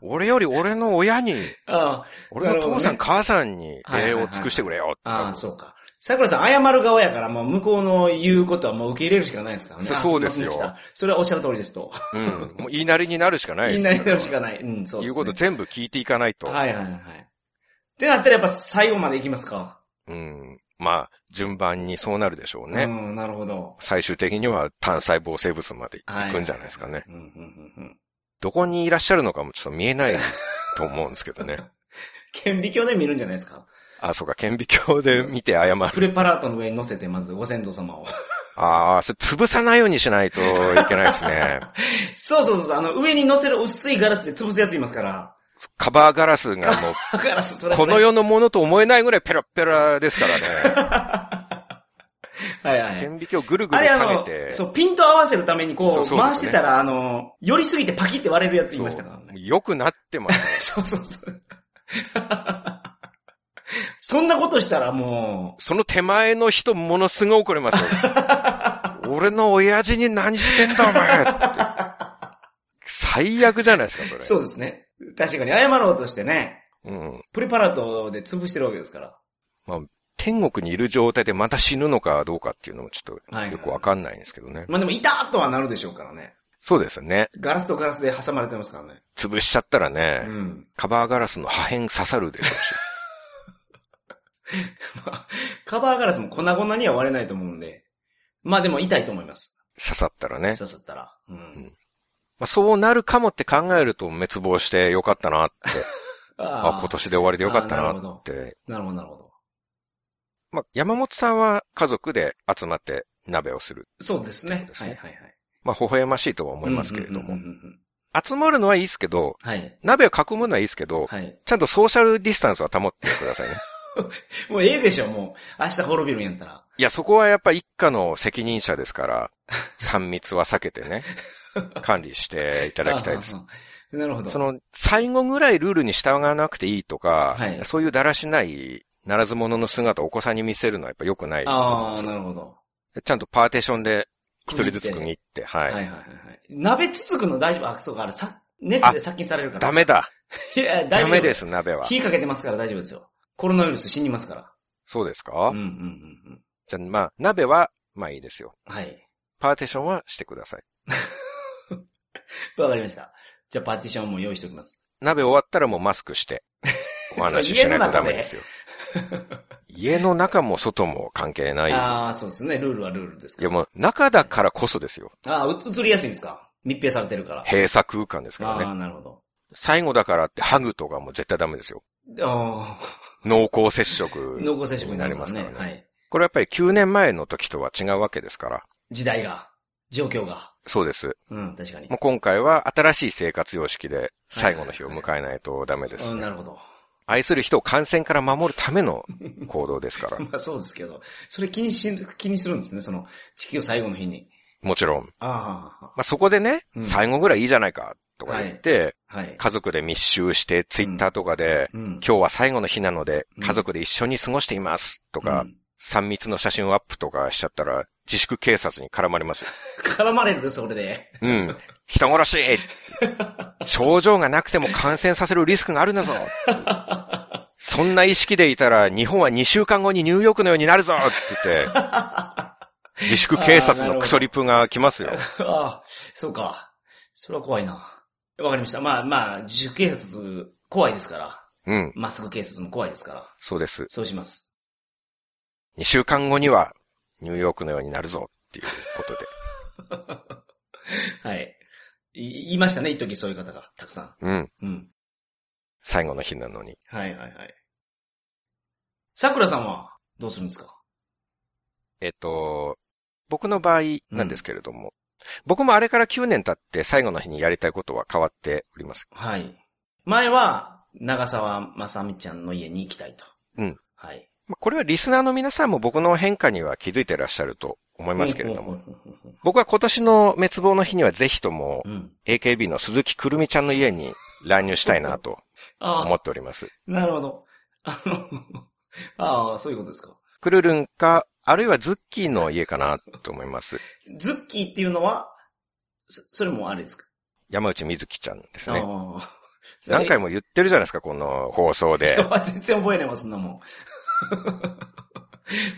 B: 俺より俺の親に、
A: あ
B: 俺の父さん、母さんに礼を尽くしてくれよって
A: あ、あ
B: 多
A: あ、
B: 分
A: そうか。桜さん謝る側やから、もう向こうの言うことはもう受け入れるしかないですからね。
C: そう
A: あ
C: そうですよ
A: いませんでしたそれはおっしゃる通りですと。
B: うん。もう言いなりになるしかないで
A: みん
B: す
A: な
B: よ
A: になるしかない。うん、そうです、ね。
B: 言うこと全部聞いていかないと。
A: はいはいはい。ってなったらやっぱ最後まで行きますか。
B: うん。まあ、順番にそうなるでしょうね。
A: うん、なるほど。
B: 最終的には単細胞生物まで行くんじゃないですかね。
A: うん、うん、うんうん。
B: どこにいらっしゃるのかもちょっと見えないと思うんですけど ね。
A: 顕微鏡で見るんじゃないですか。
B: あ、そうか、顕微鏡で見て謝る。
A: プレパラートの上に乗せて、まずご先祖様を。
B: ああ、それ潰さないようにしないといけないですね。
A: そうそうそう、あの、上に乗せる薄いガラスで潰すやついますから。
B: カバーガラスがもう、
A: ガラス、それ
B: この世のものと思えないぐらいペラペラですからね。
A: はいはい。
B: 顕微鏡ぐるぐ
A: あ
B: る
A: れあ
B: 下げ
A: の
B: て、、
A: そう、ピント合わせるためにこう、
B: そうそうです
A: 回し
B: ね
A: てたら、あの、寄りすぎてパキって割れるやついましたからね。
B: 良くなってますね。
A: そうそうそう。 そんなことしたらも、
B: その手前の人ものすごい怒りますよ。俺の親父に何してんだお前って。最悪じゃないですか、そうれ。
A: そうですね。確かに謝ろうとしてね、
B: うん。
A: プレパラートで潰してるわけですから。
B: 天国にいる状態でまた死ぬのかどうかっていうのもちょっ
A: は
B: と
A: い
B: よくわかんないんですけどね。
A: まあでも、いたーとはなるでしょうからね。
B: そうですね。
A: ガラスとガラスで挟まれてますからね。
B: 潰しちゃったらね、
A: うん。
B: カバーガラスの破片刺さるでしょうし。
A: カバーガラスも粉々には割れないと思うんで。まあでも痛いと思います。
B: 刺さったらね。
A: 刺さったら。うん。
B: んまあ、そうなるかもって考えると滅亡してよかったなって。あ
A: あ
B: 今年で終わりでよかった
A: あーな
B: な
A: るほど
B: って。
A: なるほど、なるほど。
B: まあ、山本さんは家族で集まって鍋をする。
A: そうですね。
B: です
A: はい
B: ね
A: はいはい。
B: まあ、微笑ましいとは思いますけれ
A: う
B: ど
A: んうん
B: も
A: うん。うんうん
B: 集まるのはいいですけど、
A: はい。
B: 鍋を囲むのはいいですけど、
A: はい。
B: ちゃんとソーシャルディスタンスは保ってくだ さいね。
A: もうええでしょ、もう。明日滅びるんやったら。
B: いや、そこはやっぱ一家の責任者ですから、3密は避けて ね、管理していた
A: い
B: だきたいです。。
A: なるほど。
B: その、最後ぐらいルールに従わなくていいとか、
A: はい
B: そういうだらしない、ならず者の姿をお子さんに見せるのはやっぱ良くないと思うん
A: あ
B: で
A: あ、
B: すよ
A: なるほど。
B: ちゃんとパーテーションで一人ずつ区切って、は。
A: はいいはいはいはい。鍋つつくの大丈夫あ、そうか、あれさ、熱で殺菌されるから。
B: ダメだ。
A: いや、大丈
B: ダ
A: 夫。
B: メで。す、鍋は。
A: 火かけてますから大丈夫ですよ。コロナウイルス死にますから。
B: そうですか、
A: うんうんうんうん。
B: じゃあ、まあ、鍋は、まあいいですよ。
A: はい。
B: パーテーションはしてください。
A: わかりました。じゃあパーティションも用意しておきます。
B: 鍋終わったらもうマスク して、お話ししないとダメですよ。家の中も外も関係ない。い
A: ああ、そうですね。ルールはルールですか
B: やもう、中だからこそですよ。
A: ら。ああ、う映りやすいんですか密閉されてるから。
B: 閉鎖空間ですか
A: あ
B: ら
A: あー、
B: ね。
A: なるほ
B: 最後だからってハグとかも絶対ダメですよ。
A: ど。ああ、
B: 濃厚接触。
A: 濃厚接触になりますね。
B: になりますから
A: は
B: ね
A: い。
B: これやっぱり9年前の時とは違うわけですから。
A: 時代が、状況が。
B: そうです。
A: うん、確かに
B: もう。今回は新しい生活様式で最後の日を迎えないとダメです
A: う
B: ね、
A: ん、なるほど。
B: 愛する人を感染から守るための行動ですから。
A: まあそうですけど、それ気にし、気にするんですね、その、地球最後の日に。
B: もちろん。
A: あ
B: まあ、そこでね、
A: うん
B: 最後ぐらいいいじゃないかとか言って、
A: あ、はい。
B: 家族で密集して、ツイッターとかで、
A: うん。
B: 今日は最後の日なので、
A: うん
B: 家族で一緒に過ごしていますと
A: と
B: か、三密の写真をアップとかしちゃったら、自粛警察に絡まれますよ。
A: 絡まれるそれで。
B: うん。人殺し 症状がなくても感染させるリスクがあるんだぞそんな意識でいたら、日本は2週間後にニューヨークのようになる ぞって言って、自粛警察のクソリプが来ますよ。
A: ああ、そうか。それは怖いな。わかりました。まあまあ、自主警察、怖いですから。
B: うん、
A: まっすぐ警察も怖いですから。
B: そうです。
A: そうします。
B: 2週間後には、ニューヨークのようになるぞっていうことで。
A: はい。い、言いましたね、一時そういう方が、たくさ
B: うん。
A: ん。うん。
B: 最後の日なのに。
A: はいはいはい。桜さんは、どうするんですか
B: えっと、僕の場合なんですけれども、僕もあれから9年経って最後の日にやりたいことは変わっております。
A: はい。前は、長澤まさみちゃんの家に行きたいと。
B: うん。
A: はい。
B: まあこれはリスナーの皆さんも僕の変化には気づいてらっしゃると思いますけれども、
A: うん。うんうん
B: 僕は今年の滅亡の日にはぜひとも
A: うんうん。
B: AKB の鈴木くるみちゃんの家に乱入したいなと
A: あ
B: 思っております。
A: あ、なるほど。あの、ああ、そういうことですか。
B: くるるんか、あるいはズッキーの家かなと思います。
A: ズッキーっていうのは、そそれもあれですか
B: 山内みずきちゃんですね。
A: ああ
B: 何 回
A: も。
B: も 言ってるじゃないですか、この放送
A: い
B: で。
A: や全然覚えれます、そんなもん。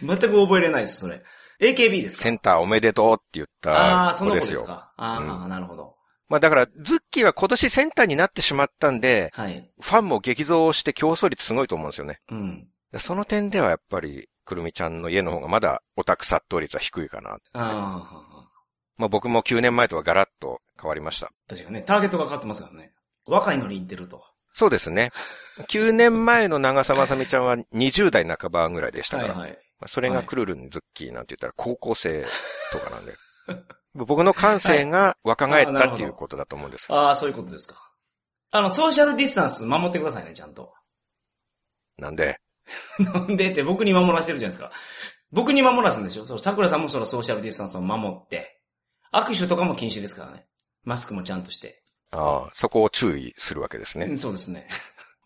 A: 全く覚えれないです、それ。AKB ですか
B: センターおめでとうって言っ
A: ああ
B: た
A: ー、そ
B: 子
A: の子
B: で
A: ですす
B: よ。
A: か。ああ、なるほど。
B: まあだから、ズッキーは今年センターになってしまったんで、
A: はい。
B: ファンも激増して競争率すごいと思うんですよね。
A: うん。
B: その点ではやっぱり、くるみちゃんの家の方がまだオタク殺到率は低いかな。
A: ああ、
B: まあ僕も9年前とはガラッと変わりました。
A: 確かにね、ターゲットが変わってますからね。若いのに似てると。
B: そうですね。9年前の長澤まさみちゃんは20代半ばぐらいでしたから、
A: い。
B: まあそれがクルルンズッキーなんて言ったら高校 生とかなんで。僕の感性が若返ったっていうことだと思うんです。
A: ああ、そういうことですか。あの、ソーシャルディスタンス守ってくださいね、ちゃんと。
B: なんで、
A: なん でって僕に守らせてるじゃないですか。僕に守らすんでしょそう、桜さんもそのソーシャルディスタンスを守って。握手とかも禁止ですからね。マスクもちゃんとして。
B: ああ、そこを注意するわけです
A: う
B: ね。
A: ん、そうですね。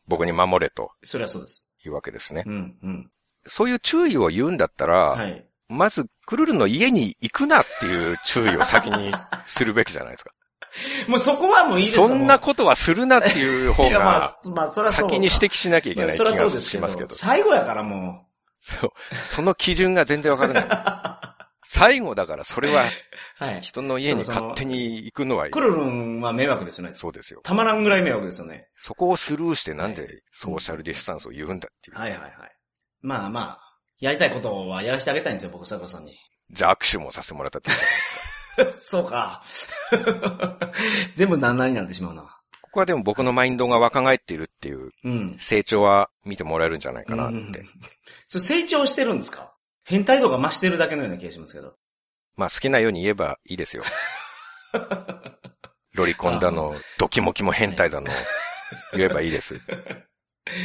B: 僕に守れと
A: そりゃそうです。
B: いうわけですね。
A: うん、うん。
B: そういう注意を言うんだったら、
A: はい。
B: まず、クルルの家に行くなっていう注意を先にするべきじゃないですか。
A: もうそこはも ういいです
B: そんな
A: こ
B: ことはするなっていう方
A: いや、ま
B: が、
A: あ、まあ、そりゃそう。
B: 先に指摘しなきゃいけ
A: ま
B: な
A: あ
B: い気
A: そりゃそう
B: が
A: です
B: しますけど。
A: 最後やからも
B: そう。その基準が全然わからない。 最後だから、それは
A: う。はい。
B: 人の家に勝手に行くのはいい
A: クルルンは迷惑ですよね。
B: そうですよ。
A: たまらんぐらい迷惑ですよね。
B: そこをスルーしてなんでソーシャルディスタンスを言うんだっていう。
A: はいはいはい。まあまあ、やりたいことはやらせてあげたいんですよ、僕、桜さんに。
B: じゃあ握手もさせてもらったっていいじゃないです か。
A: そうか。 全部何々になってしまうな。
B: ここはでも僕のマインドが若返っているっていう
A: うん。
B: 成長は見てもらえるんじゃないかなっ
A: うん
B: て。
A: それ成長してるんですか変態度が増してるだけのような気がしますけど。
B: まあ好きなように言えばい いですよ。ロリコンだの、ドキモキも変態だの、言えばいいです。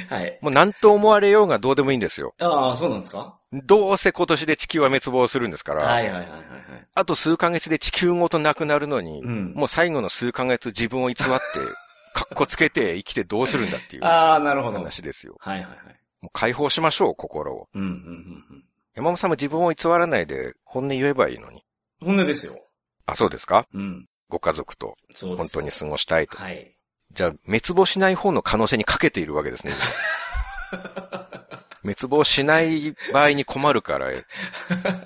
A: はい。
B: もう何と思われようがどうでもいいんですよ。
A: ああ、そうなんですか
B: どうせ今年で地球は滅亡するんですから、
A: はいはいはいはいはい。
B: あと数ヶ月で地球ごとなくなるのに、
A: うん。
B: もう最後の数ヶ月自分を 偽って、かっこつけて生きてどうするんだっていう
A: ああ、なるほど。はい
B: 話ですよ。
A: はいはい。
B: もう解放しましょう、心を。
A: うんうんうんうん。
B: 山本さんも自分を偽らないで本音言えばいいのに。
A: 本音ですよ。
B: あ、そうですか
A: うん。
B: ご家族と
A: そうで
B: 本
A: す。
B: 当に過ごしたいと。
A: はい。
B: じゃあ、滅亡しない方の可能性にかけているわけですね。 今滅亡しない場合に困るから、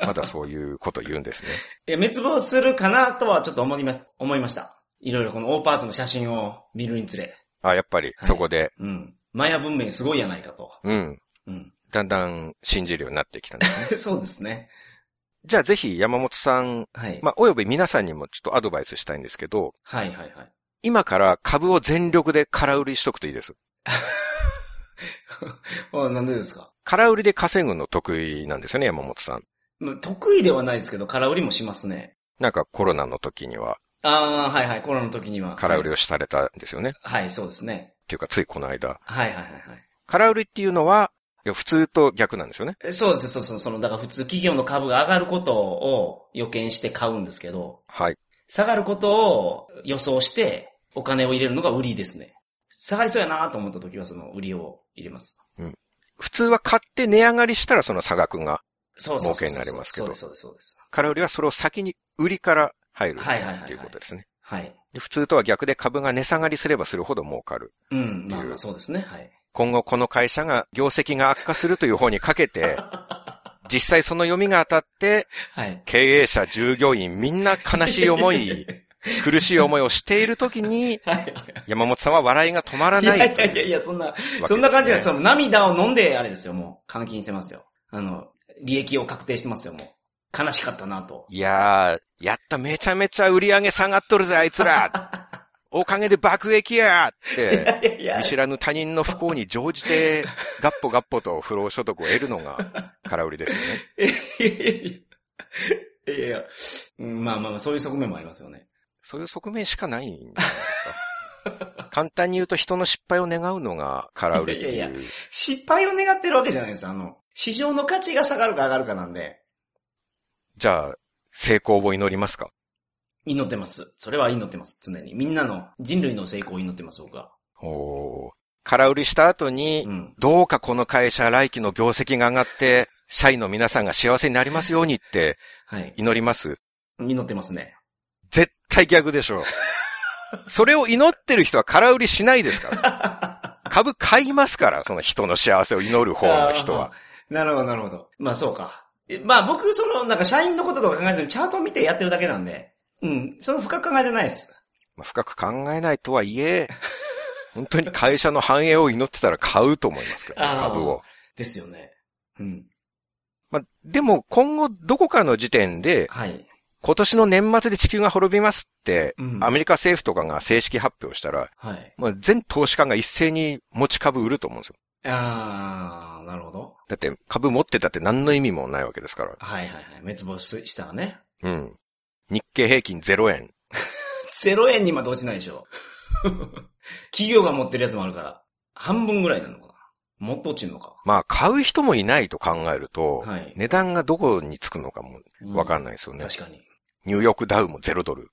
B: まだそういうこと言うんですね。
A: いや、滅亡するかなとはちょっと思いま、思いました。いろいろこのオーパーツの写真を見るにつれ。
B: あ、やっぱり、そこで、
A: うん。マヤ文明すごいやないかと。
B: うん。
A: うん。
B: だんだん信じるようになってきたんですね。
A: そうですね。
B: じゃあ、ぜひ山本さん、
A: はい。
B: まあ、および皆さんにもちょっとアドバイスしたいんですけど、
A: はいはいはい。
B: 今から株を全力で空売りしとくといいです。
A: あなんでですか
B: 空売りで稼ぐの得意なんですよね、山本さん。
A: まあ得意ではないですけど、空売りもしますね。
B: なんかコロナの時には
A: ああ、はいはい、コロナの時には。
B: 空売り
A: はい
B: をされたんですよね。っ
A: はい、そうですね。
B: ていうか、ついこの間。
A: はいはいはいはい
B: 空売りっていうのは、いや普通と逆なんですよね。
A: え。そうですね、そうそう、その、だから普通企業の株が上がることを予見して買うんですけど、
B: はい。
A: 下がることを予想してお金を入れるのが売りですね。下がりそうやなと思った時はその売りを入れます。
B: 普通は買って値上がりしたらその差額が、
A: そうそうそうそう。
B: 儲けになりますけど
A: そうです、そうです、そ
B: 空売りはそれを先に売りから入る
A: はいはいはいはい
B: っていうことですね。
A: うです。はい。
B: で普通とは逆で株が値下がりすればするほど儲かる。
A: うん、まあ
B: ってい
A: ま
B: う
A: あそうですね、はい。
B: 今後この会社が業績が悪化するという方にかけて、 実際その読みが当たって、
A: はい。
B: 経営者、従業員、みんな悲しい思い、 苦しい思いをしている時に、
A: はい。
B: 山本さんは笑いが止まら
A: い
B: な
A: や
B: い
A: い
B: と
A: や
B: いう
A: いやいや、そんな、
B: わけですね
A: そんな感じで、その涙を飲んで、あれですよ、もう、換金してますよ。あの、利益を確定してますよ、もう。悲しかったなと。
B: いやー、やった、めちゃめちゃ売り上げ下がっとるぜ、あいつら。 おかげで爆益やって、
A: いやいや
B: 見知らぬ他人の不幸に乗じて、ガッポガッポと不労所得を得るのが空売りですよね。
A: いやいやいやいやいやうんまあまあまあ、そういう側面もありますよね。
B: そういう側面しかないんじゃないですか。 簡単に言うと人の失敗を願うのが空売りっていう。
A: いやい失敗を願ってるわけじゃないですよ。あの、市場の価値が下がるか上がるかなんで、
B: じゃあ、成功を祈りますか
A: 祈ってます。それは祈ってます、常に。みんなの人類の成功を祈ってます、僕は。
B: おー空売りした後に、
A: うん。
B: どうかこの会社来期の業績が上がって、社員の皆さんが幸せになりますようにって
A: はい。
B: 祈ります。
A: 祈ってますね。
B: 絶対逆で しょう。それを祈ってる人は空売りしないですから。株買いますから、その人の幸せを祈る方の人は。
A: なるほど、なるほど。まあそうか。えまあ僕、その、なんか社員のこととか考えずにチャートを見てやってるだけなんで、うん、その深く考えてないです。
B: まあ、深く考えないとはい え、本当に会社の繁栄を祈ってたら買うと思いますけど、
A: あー
B: 株を。
A: ですよね。うん。
B: まあ、でも今後どこかの時点で、
A: はい。
B: 今年の年末で地球が滅びますって、
A: うん
B: アメリカ政府とかが正式発表したら、
A: はい。
B: まあ、全投資家が一斉に持ち株売ると思うんですよ。
A: あー、なるほど。
B: だって株持ってたって何の意味もないわけですから。
A: はいはいはい。滅亡したらね。
B: うん。日経平均0円。
A: 0円にまで落ちないでしょ。 企業が持ってるやつもあるから、半分ぐらいなのかな。もっと落ちるのか。
B: まあ、買う人もいないと考えると、
A: はい
B: 値段がどこにつくのかもわか
A: ない、
B: んないですよね。
A: 確かに。
B: ニューヨークダウも0ドル。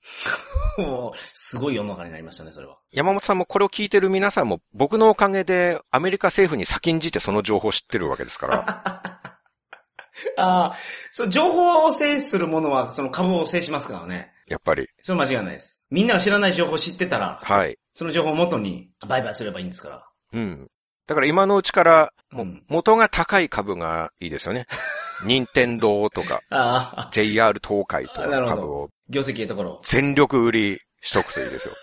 A: もう、すごい世の中になりましたね、それは。
B: 山本さんもこれを聞いてる皆さんも僕のおかげでアメリカ政府に先んじてその情報を知ってるわけです から、
A: ああ、そう、情報を制するものは、その株を制しますからね。
B: やっぱり。
A: それ間違いないです。みんなが知らない情報を知ってたら、
B: はい。
A: その情報を元に売買すればいいんですから。
B: うん。だから今のうちから、もう
A: うん
B: 元が高い株がいいです よね。任天堂とか、
A: ああ、
B: JR 東海とか
A: なる
B: の
A: ほど
B: 株を
A: 業績いいところ。
B: 全力売りしとくといいですよ。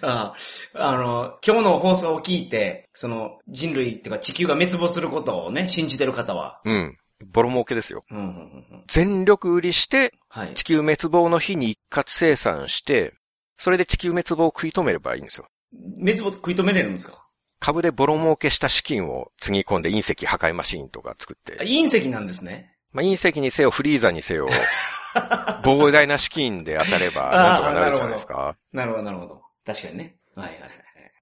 A: ああ、あの、今日の放送を聞いて、その人類っていうか地球が滅亡することをね、信じてる方は。
B: うん。ボロ儲けですよ。
A: うんうんうんうん、
B: 全力売りして、
A: はい
B: 地。球滅亡の日に一括生産して、それで地球滅亡を食い止めればいいんですよ。
A: 滅亡食い止めれるんですか
B: 株でボロ儲けした資金をつぎ込んで隕石破壊マシーンとか作っ
A: あ
B: て、
A: 隕石なんですね。
B: まあ、隕石にせよフリーザにせ よ、膨大な資金で当たればなんとかなるじゃないですか。
A: なるほど、なるほど。確かにね。はいはいはい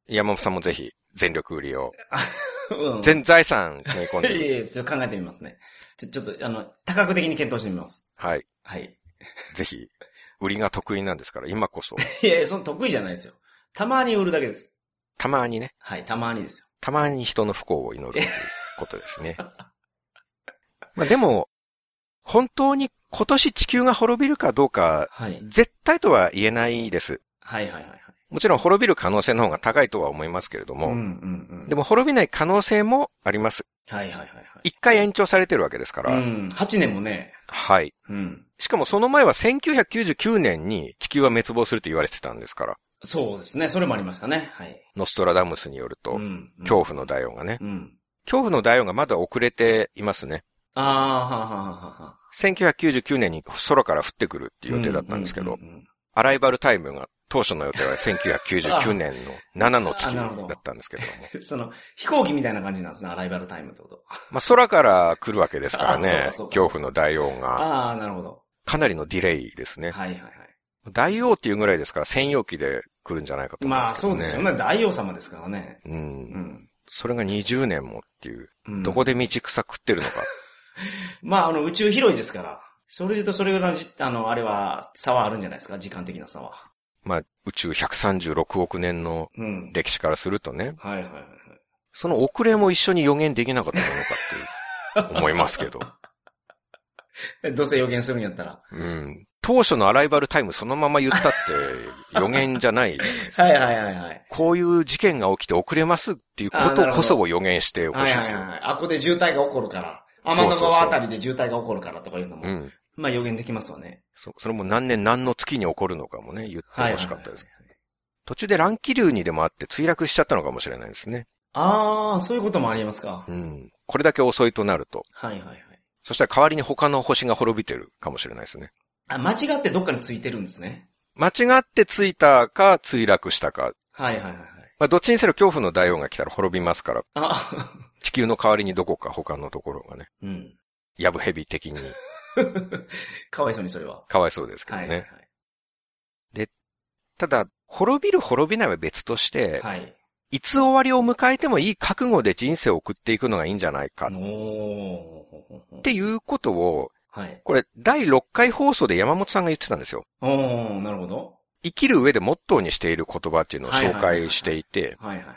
B: 山本さんもぜひ全力売りを、
A: はい。うん
B: 全財産つぎ込
A: い
B: ん
A: やい
B: で、
A: やいやちょっと考えてみますね。ちょ、ちょっと、あの、多角的に検討してみます。
B: はい。
A: はい。
B: ぜひ、売りが得意なんですから、今こそ。
A: いやいや、その得意じゃないですよ。たまに売るだけです。
B: たまにね、
A: はい、たまにですよ。
B: たまに人の不幸を祈るということで すね。まあでも、本当に今年地球が滅びるかどうか、
A: はい。
B: 絶対とは言えないです。
A: はいはいはいはい。
B: もちろん滅びる可能性の方が高いとは思いますけれど
A: うんうん
B: も、
A: うん。
B: でも滅びない可能性もあります。
A: はいはいはいはい。
B: 一回延長されてるわけですから、
A: うん、8年もね。
B: はい。
A: うん。
B: しかもその前は1999年に地球は滅亡すると言われてたんですから、
A: そうですね、それもありましたね。はい。
B: ノストラダムスによると、
A: ん
B: 恐怖の大王がね。
A: 日。うん。
B: 恐怖の大王がまだ遅れていますね。
A: ああ、はあはあはあ。
B: 1999年に空から降ってくるっていう予定だったんですけど、
A: うううんうん。
B: アライバルタイムが当初の予定は1999年の7の月だったんですけれども、
A: その、飛行機みたいな感じなんですね、アライバルタイムってこと。
B: まあ空から来るわけですからね
A: あ、そうかそうか
B: 恐怖の大王が、
A: ああ、なるほど。
B: かなりのディレイですね。
A: はいはいはい。
B: 大王っていうぐらいですから専用機で来るんじゃないかと思い
A: ま
B: ま
A: あ、
B: すけど
A: そ
B: ね。
A: うですよね。大王様ですからね。
B: う。
A: うんん。
B: それが20年もっていう、
A: うん
B: どこで道草食ってる のか。
A: まあ、あの、宇宙広いですから。それで言うと、それぐらいのじ、あの、あれは、差はあるんじゃないですか、時間的な差は。
B: まあ宇宙136億年の
A: うん。
B: 歴史からするとね、
A: はいはいはいはい。
B: その遅れも一緒に予言できなかったのか っていう思いますけど。
A: えどうせ予言するんやったら。
B: うん。当初のアライバルタイムそのまま言ったって予言じゃないじゃないで すか。
A: はいはいはいはい。
B: こういう事件が起きて遅れますっていうことこそを予言してほ
A: は
B: し
A: い
B: いで
A: は
B: す
A: い
B: よ。
A: はい。あここで渋滞が起こるから。
B: そ
A: 天
B: う
A: の
B: そうそう
A: 川あたりで渋滞が起こるからとかいうのも。
B: うん。
A: まあ予言できますわね。
B: そそれも何年何の月に起こるのかもね、言って
A: はい
B: ほ
A: はい
B: し
A: はい
B: かったです。途中で乱気流にでもあって墜落しちゃったのかもしれないですね。
A: ああ、そういうこともありますか。
B: うん。これだけ遅いとなると。
A: はいはいはい。
B: そしたら代わりに他の星が滅びてるかもしれないですね。
A: あ、間違ってどっかについてるんですね。
B: 間違ってついたか墜落したか。
A: はいはいはいはい。
B: まあ、どっちにせよ恐怖の大王が来たら滅びますから、
A: あ、
B: 地球の代わりにどこか他のところがね、
A: うん。
B: ヤブヘビ的に
A: かわいそうにそれは。
B: かわいそうですけど
A: は
B: ね。
A: いはい
B: ただ、滅びる滅びないは別として、
A: はい。はい。
B: い、つ終わりを迎えてもいい覚悟で人生を送っていくのがいいんじゃないか。っ
A: おー。
B: ていうことを、
A: はい。
B: これ、第6回放送で山本さんが言ってたんですよ。
A: おー、なるほど。
B: 生きる上でモットーにしている言葉っていうのを
A: はいは
B: 紹
A: いはいはい
B: 介していて、
A: はいはいはい。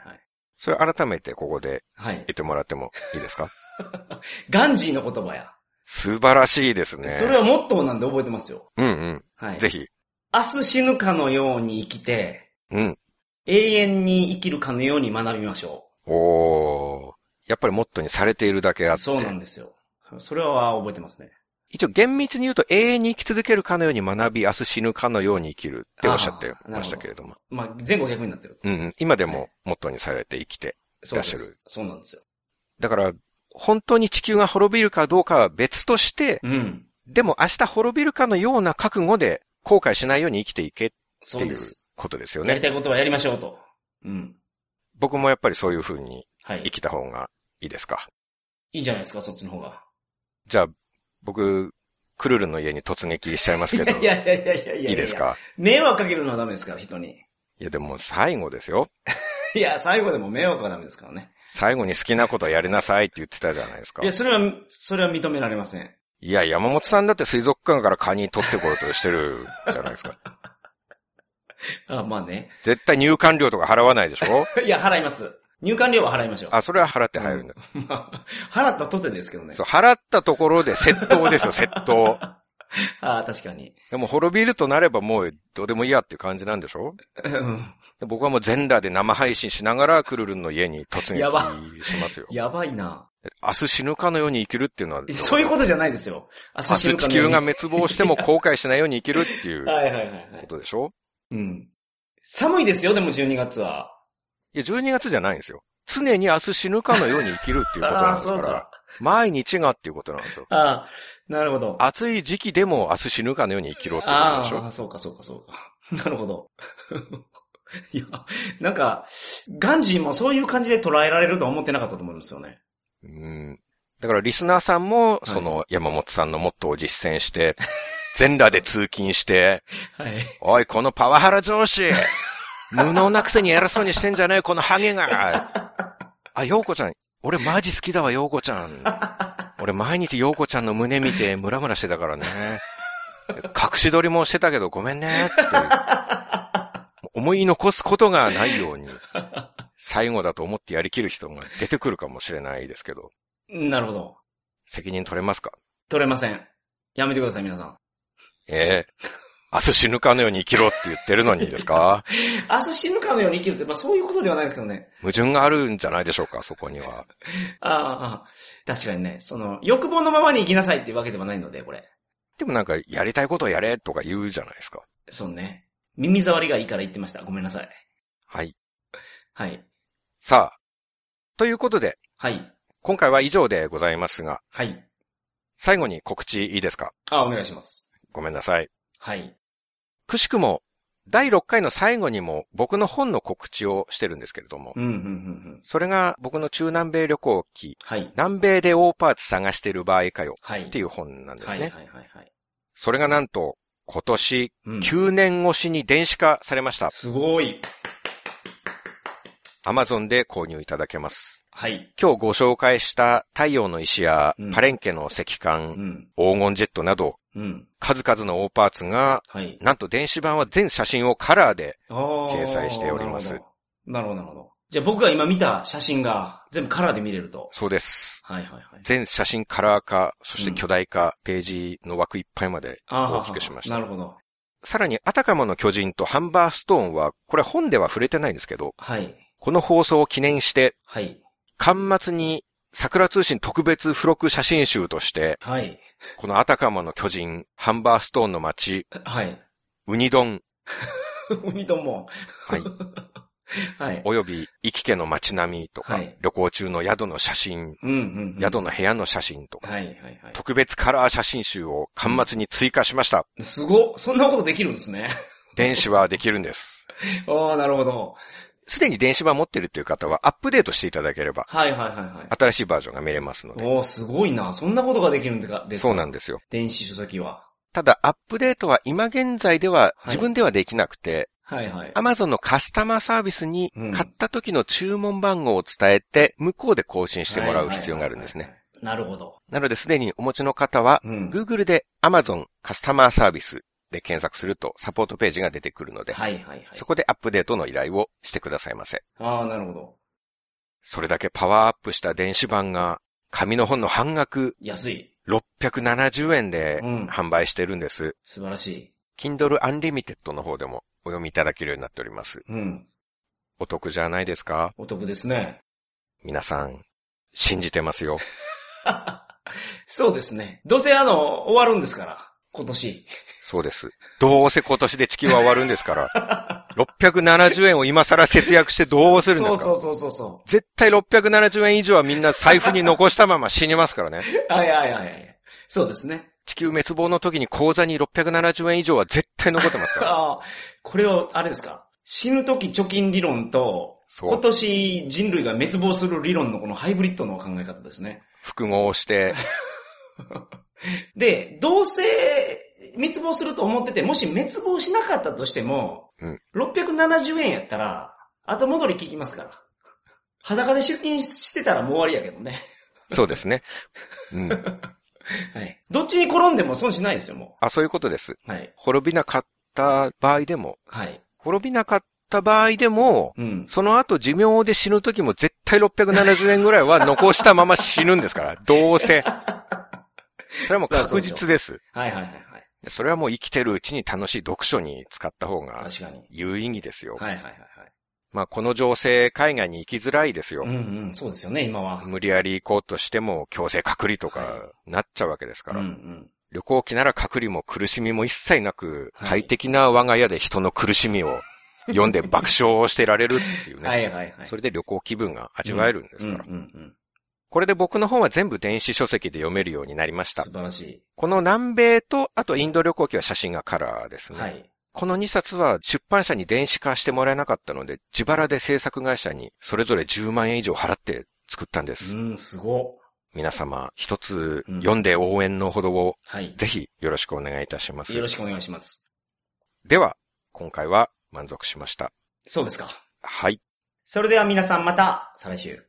B: それ改めてここで
A: はい
B: 言っ。てもらってもいいですか
A: ガンジーの言葉や。
B: 素晴らしいですね。
A: それはモットーなんで覚えてますよ。
B: うん
A: は
B: うん。
A: い。
B: ぜひ。
A: 明日死ぬかのように生きて、
B: うん。
A: 永遠に生きるかのように学びましょ
B: おー。やっぱりモットーにされているだけあって。
A: そうなんですよ。それは覚えてますね。
B: 一応厳密に言うと永遠に生き続けるかのように学び、明日死ぬかのように生きるっておっしゃって
A: あー
B: ましたけれども。
A: まあ、前後逆になってる。
B: うんうん、今でもモットーにされて生きて。
A: そうで
B: いらっしゃる
A: す。そうなんですよ。
B: だから、本当に地球が滅びるかどうかは別として、
A: うん。
B: でも明日滅びるかのような覚悟で後悔しないように生きていけっ
A: そ
B: て
A: う
B: い
A: で
B: う
A: す。
B: ことですよ
A: やり
B: ね。
A: たいことはやりましょうと。うん。
B: 僕もやっぱりそういう風に
A: はい。
B: 生きた方がいいですか。
A: いいんじゃないですか、そっちの方が。
B: じゃあ、僕、クルルの家に突撃しちゃいます
A: い
B: けど、
A: やいやいやいやいや
B: いいですか
A: 迷惑かけるのはダメですから、人に。
B: いやでも最後ですよ。
A: いや、最後でも迷惑はダメですからね。
B: 最後に好きなことやりなさいって言ってたじゃないですか
A: いや、。それは、それは認められません。
B: いや、山本さんだって水族館からカニ取ってこようとしてるじゃないですか。
A: あまあね。
B: 絶対入館料とか払わないでしょ
A: いや、払います。入館料は払いましょう。
B: あ、それは払って入るんだ。
A: まあ 払ったとてですけどね。
B: そう、払ったところで窃盗ですよ、窃盗。
A: ああ、確かに。
B: でも滅びるとなればもうどうでもいいやっていう感じなんでしょ
A: うん
B: で僕はもう全裸で生配信しながらクルルンの家に突
A: やば
B: 撃しますよ。
A: やばいな。
B: 明日死ぬかのように生きるっていうのはどう、
A: そういうことじゃないですよ。明
B: 明日地球が
A: め
B: 滅亡しても後悔しないように生きるって いう
A: はいはいはいは
B: こ
A: い。
B: とでしょ
A: うん。寒いですよ、でも12月は。
B: いや、12月じゃないんですよ。常に明日死ぬかのように生きるっていうことなん
A: ああ、
B: ですか
A: そう
B: ら
A: か、。
B: 毎日がっていうことなんですよ。
A: ああ、なるほど。あ
B: 暑い時期でも明日死ぬかのように生きろってことでしょ
A: あ、そうかそうかそうか。なるほど。 いや、なんか、ガンジーもそういう感じで捉えられるとは思ってなかったと思うんですよね。
B: うん。だからリスナーさんも、その山本さんのモットーを実践して、全裸で通勤して、
A: はい。
B: おい、このパワハラ上司無能なくせに偉そうにしてんじゃねえ、このハゲがあ、ようこちゃん、俺マジ好きだわ、ようこちゃん。俺毎日ようこちゃんの胸見てムラムラしてたからね。隠し撮りもしてたけどごめんね、って。思い残すことがないように、最後だと思ってやりきる人が出てくるかもしれないですけど、
A: なるほど。
B: 責任取れますか
A: 取れません。やめてください、皆さん。
B: ええ明日死ぬかのように生きろって言ってるのにですか
A: 明日死ぬかのように生きるって、まあそういうことではないですけどね。
B: 矛盾があるんじゃないでしょうか、そこには。
A: ああああ、確かにね、その、欲望のままに生きなさいっていうわけではないので、これ。
B: でもなんか、やりたいことをやれとか言うじゃないですか。
A: そうね。耳障りがいいから言ってました。ごめんなさい。
B: はい。
A: はい。
B: さあ。ということで、
A: はい。
B: 今回は以上でございますが、
A: はい。
B: 最後に告知いいですか
A: ああ、お願いします。
B: ごめんなさい。
A: はい。
B: くしくも、第6回の最後にも僕の本の告知をしてるんですけれども、
A: うん、うん、うん、うん。
B: それが僕の中南米旅行記、
A: はい。
B: 南米で大パーツ探してる場合かよ
A: はい。
B: っていうう本なんです
A: はい、
B: ね。
A: はい、はい、はい。
B: それがなんと、今年
A: うん
B: 9年越しに電子化されました。
A: すごい。
B: Amazon で購入いただけます。
A: はい。
B: 今日ご紹介した太陽の石や
A: うん
B: パレンケの石
A: う
B: 棺、
A: ん。
B: 黄金ジェットなど、
A: うん。
B: 数々の大パーツが、
A: はい。
B: なんと電子版は全写真をカラーで、掲
A: 掲
B: 載しております。
A: なるほど、なるほど。じゃあ僕が今見た写真が全部カラーで見れると。
B: そうです。
A: はい、はい、はい。
B: 全写真カラー化、そして巨大化、ページの枠いっぱいまで
A: ああ
B: 大きくしました
A: なるほど。
B: さらに、アタカマの巨人とハンバーストーンは、これ本では触れてないんですけど、
A: はい。
B: この放送を記念して、
A: はい。
B: 巻末に桜通信特別付録写真集として、
A: はい。
B: このアタカマの巨人、ハンバーストーンの街、
A: はい。
B: ウニ丼、
A: 海とも。
B: はい、
A: はい。
B: および、生き家の街並みとか、
A: はい
B: 旅行中の宿の写真、
A: うんうんうん。
B: 宿の部屋の写真とか、
A: はいはいはい。
B: 特別カラー写真集を端末に追加しました。
A: すごっそんなことできるんですね。
B: 電子はできるんです。
A: ああ、なるほど。
B: すでに電子版持ってるっていう方はアップデートしていただければ、
A: はいはいはい
B: 新しいバージョンが見れますの
A: はい。
B: で。
A: おおすごいな。そんなことができるんですか
B: そうなんんですよ。
A: 電子書籍は。
B: ただ、アップデートは今現在では
A: はい
B: 自分ではできなくて、
A: はいはい。
B: Amazon のカスタマーサービスに
A: うん
B: 買った時の注文番号を伝えて、向こうで更新してもらう必要があるんです
A: はいは
B: ね。
A: いはい。なるほど。
B: なので、すでにお持ちの方は、
A: うん。
B: Google で Amazon カスタマーサービスで検索するとサポートページが出てくるので、
A: はいはいはい。
B: そこでアップデートの依頼をしてくださいませ。
A: ああ、なるほど。
B: それだけパワーアップした電子版が紙の本の半額
A: 安い。
B: 670円で
A: うん
B: 販売してるんです。
A: 素晴らしい。
B: Kindle Unlimited の方でもお読みいただけるようになっております。
A: うん。
B: お得じゃないですか
A: お得ですね。
B: 皆さん、信じてますよ。
A: そうですね。どうせあの、終わるんですから、今年。
B: そうです。どうせ今年で地球は終わるんですから。670円を今更節約してどうするんですか
A: そうそうそうそ
B: 絶対670円以上はみんな財布に残したまま死にますからね。
A: う。はいはいはいはい。そうですね。
B: 地球滅亡の時に口座に670円以上は絶対残ってますから。
A: ああ、これを、あれですか。死ぬ時貯金理論と、
B: そ
A: 今
B: う。
A: 年人類が滅亡する理論のこのハイブリッドの考え方ですね。
B: 複合して、
A: で、どうせ滅亡すると思ってて、もし滅亡しなかったとしても、
B: うん
A: 670円やったら、後戻り聞きますから。裸で出勤してたらもう終わりやけどね。
B: そうですね。うん。
A: はい。どっちに転んでも損しないですよ、も
B: あ、そういうことです。
A: う。はい。
B: 滅びなかった場合でも、
A: はい。
B: 滅びなかった場合でも、
A: うん。
B: その後寿命で死ぬ時も絶対670円ぐらいは残したまま死ぬんですから。どうせ。それはもう確実です。
A: はいはいはいは
B: それはもう生きてるうちに楽しい読書に使った方
A: い。
B: が
A: 確かに。
B: 有意義ですよ。
A: はいはいはいはい。
B: まあこの情勢海外に行きづらいですよ
A: う。んうん、そうですよね、今は。
B: 無理やり行こうとしても強制隔離と
A: は
B: かなっちゃうわけですから。
A: うんうん。
B: 旅行機なら隔離も苦しみも一切なく、
A: はい
B: 快適な我が家で人の苦しみ を読んで爆笑をしてられるっていうね。
A: はいはいはい。
B: それで旅行気分が味わえるんですから。
A: うんうんうん。
B: これで僕の本は全部電子書籍で読めるようになりました
A: 素。晴らし
B: この南米と、あとインド旅行記は写真がカラーです
A: い。
B: ね。
A: はい。
B: この2冊は出版社に電子化してもらえなかったので、自腹で制作会社にそれぞれ10万円以上払って作ったんです。
A: うん、すご。
B: 皆様、一つ
A: うん
B: 読んで応援のほどを
A: はい。
B: ぜひよろしくお願いいたします
A: よ。ろしくお願いします。
B: では、今回は満足しました。
A: そうですか。
B: はい。
A: それでは皆さんまた、再来週。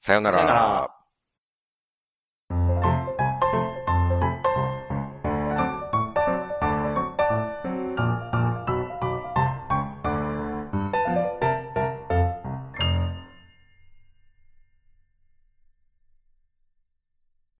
B: さような
A: さよな
B: ら
A: ら。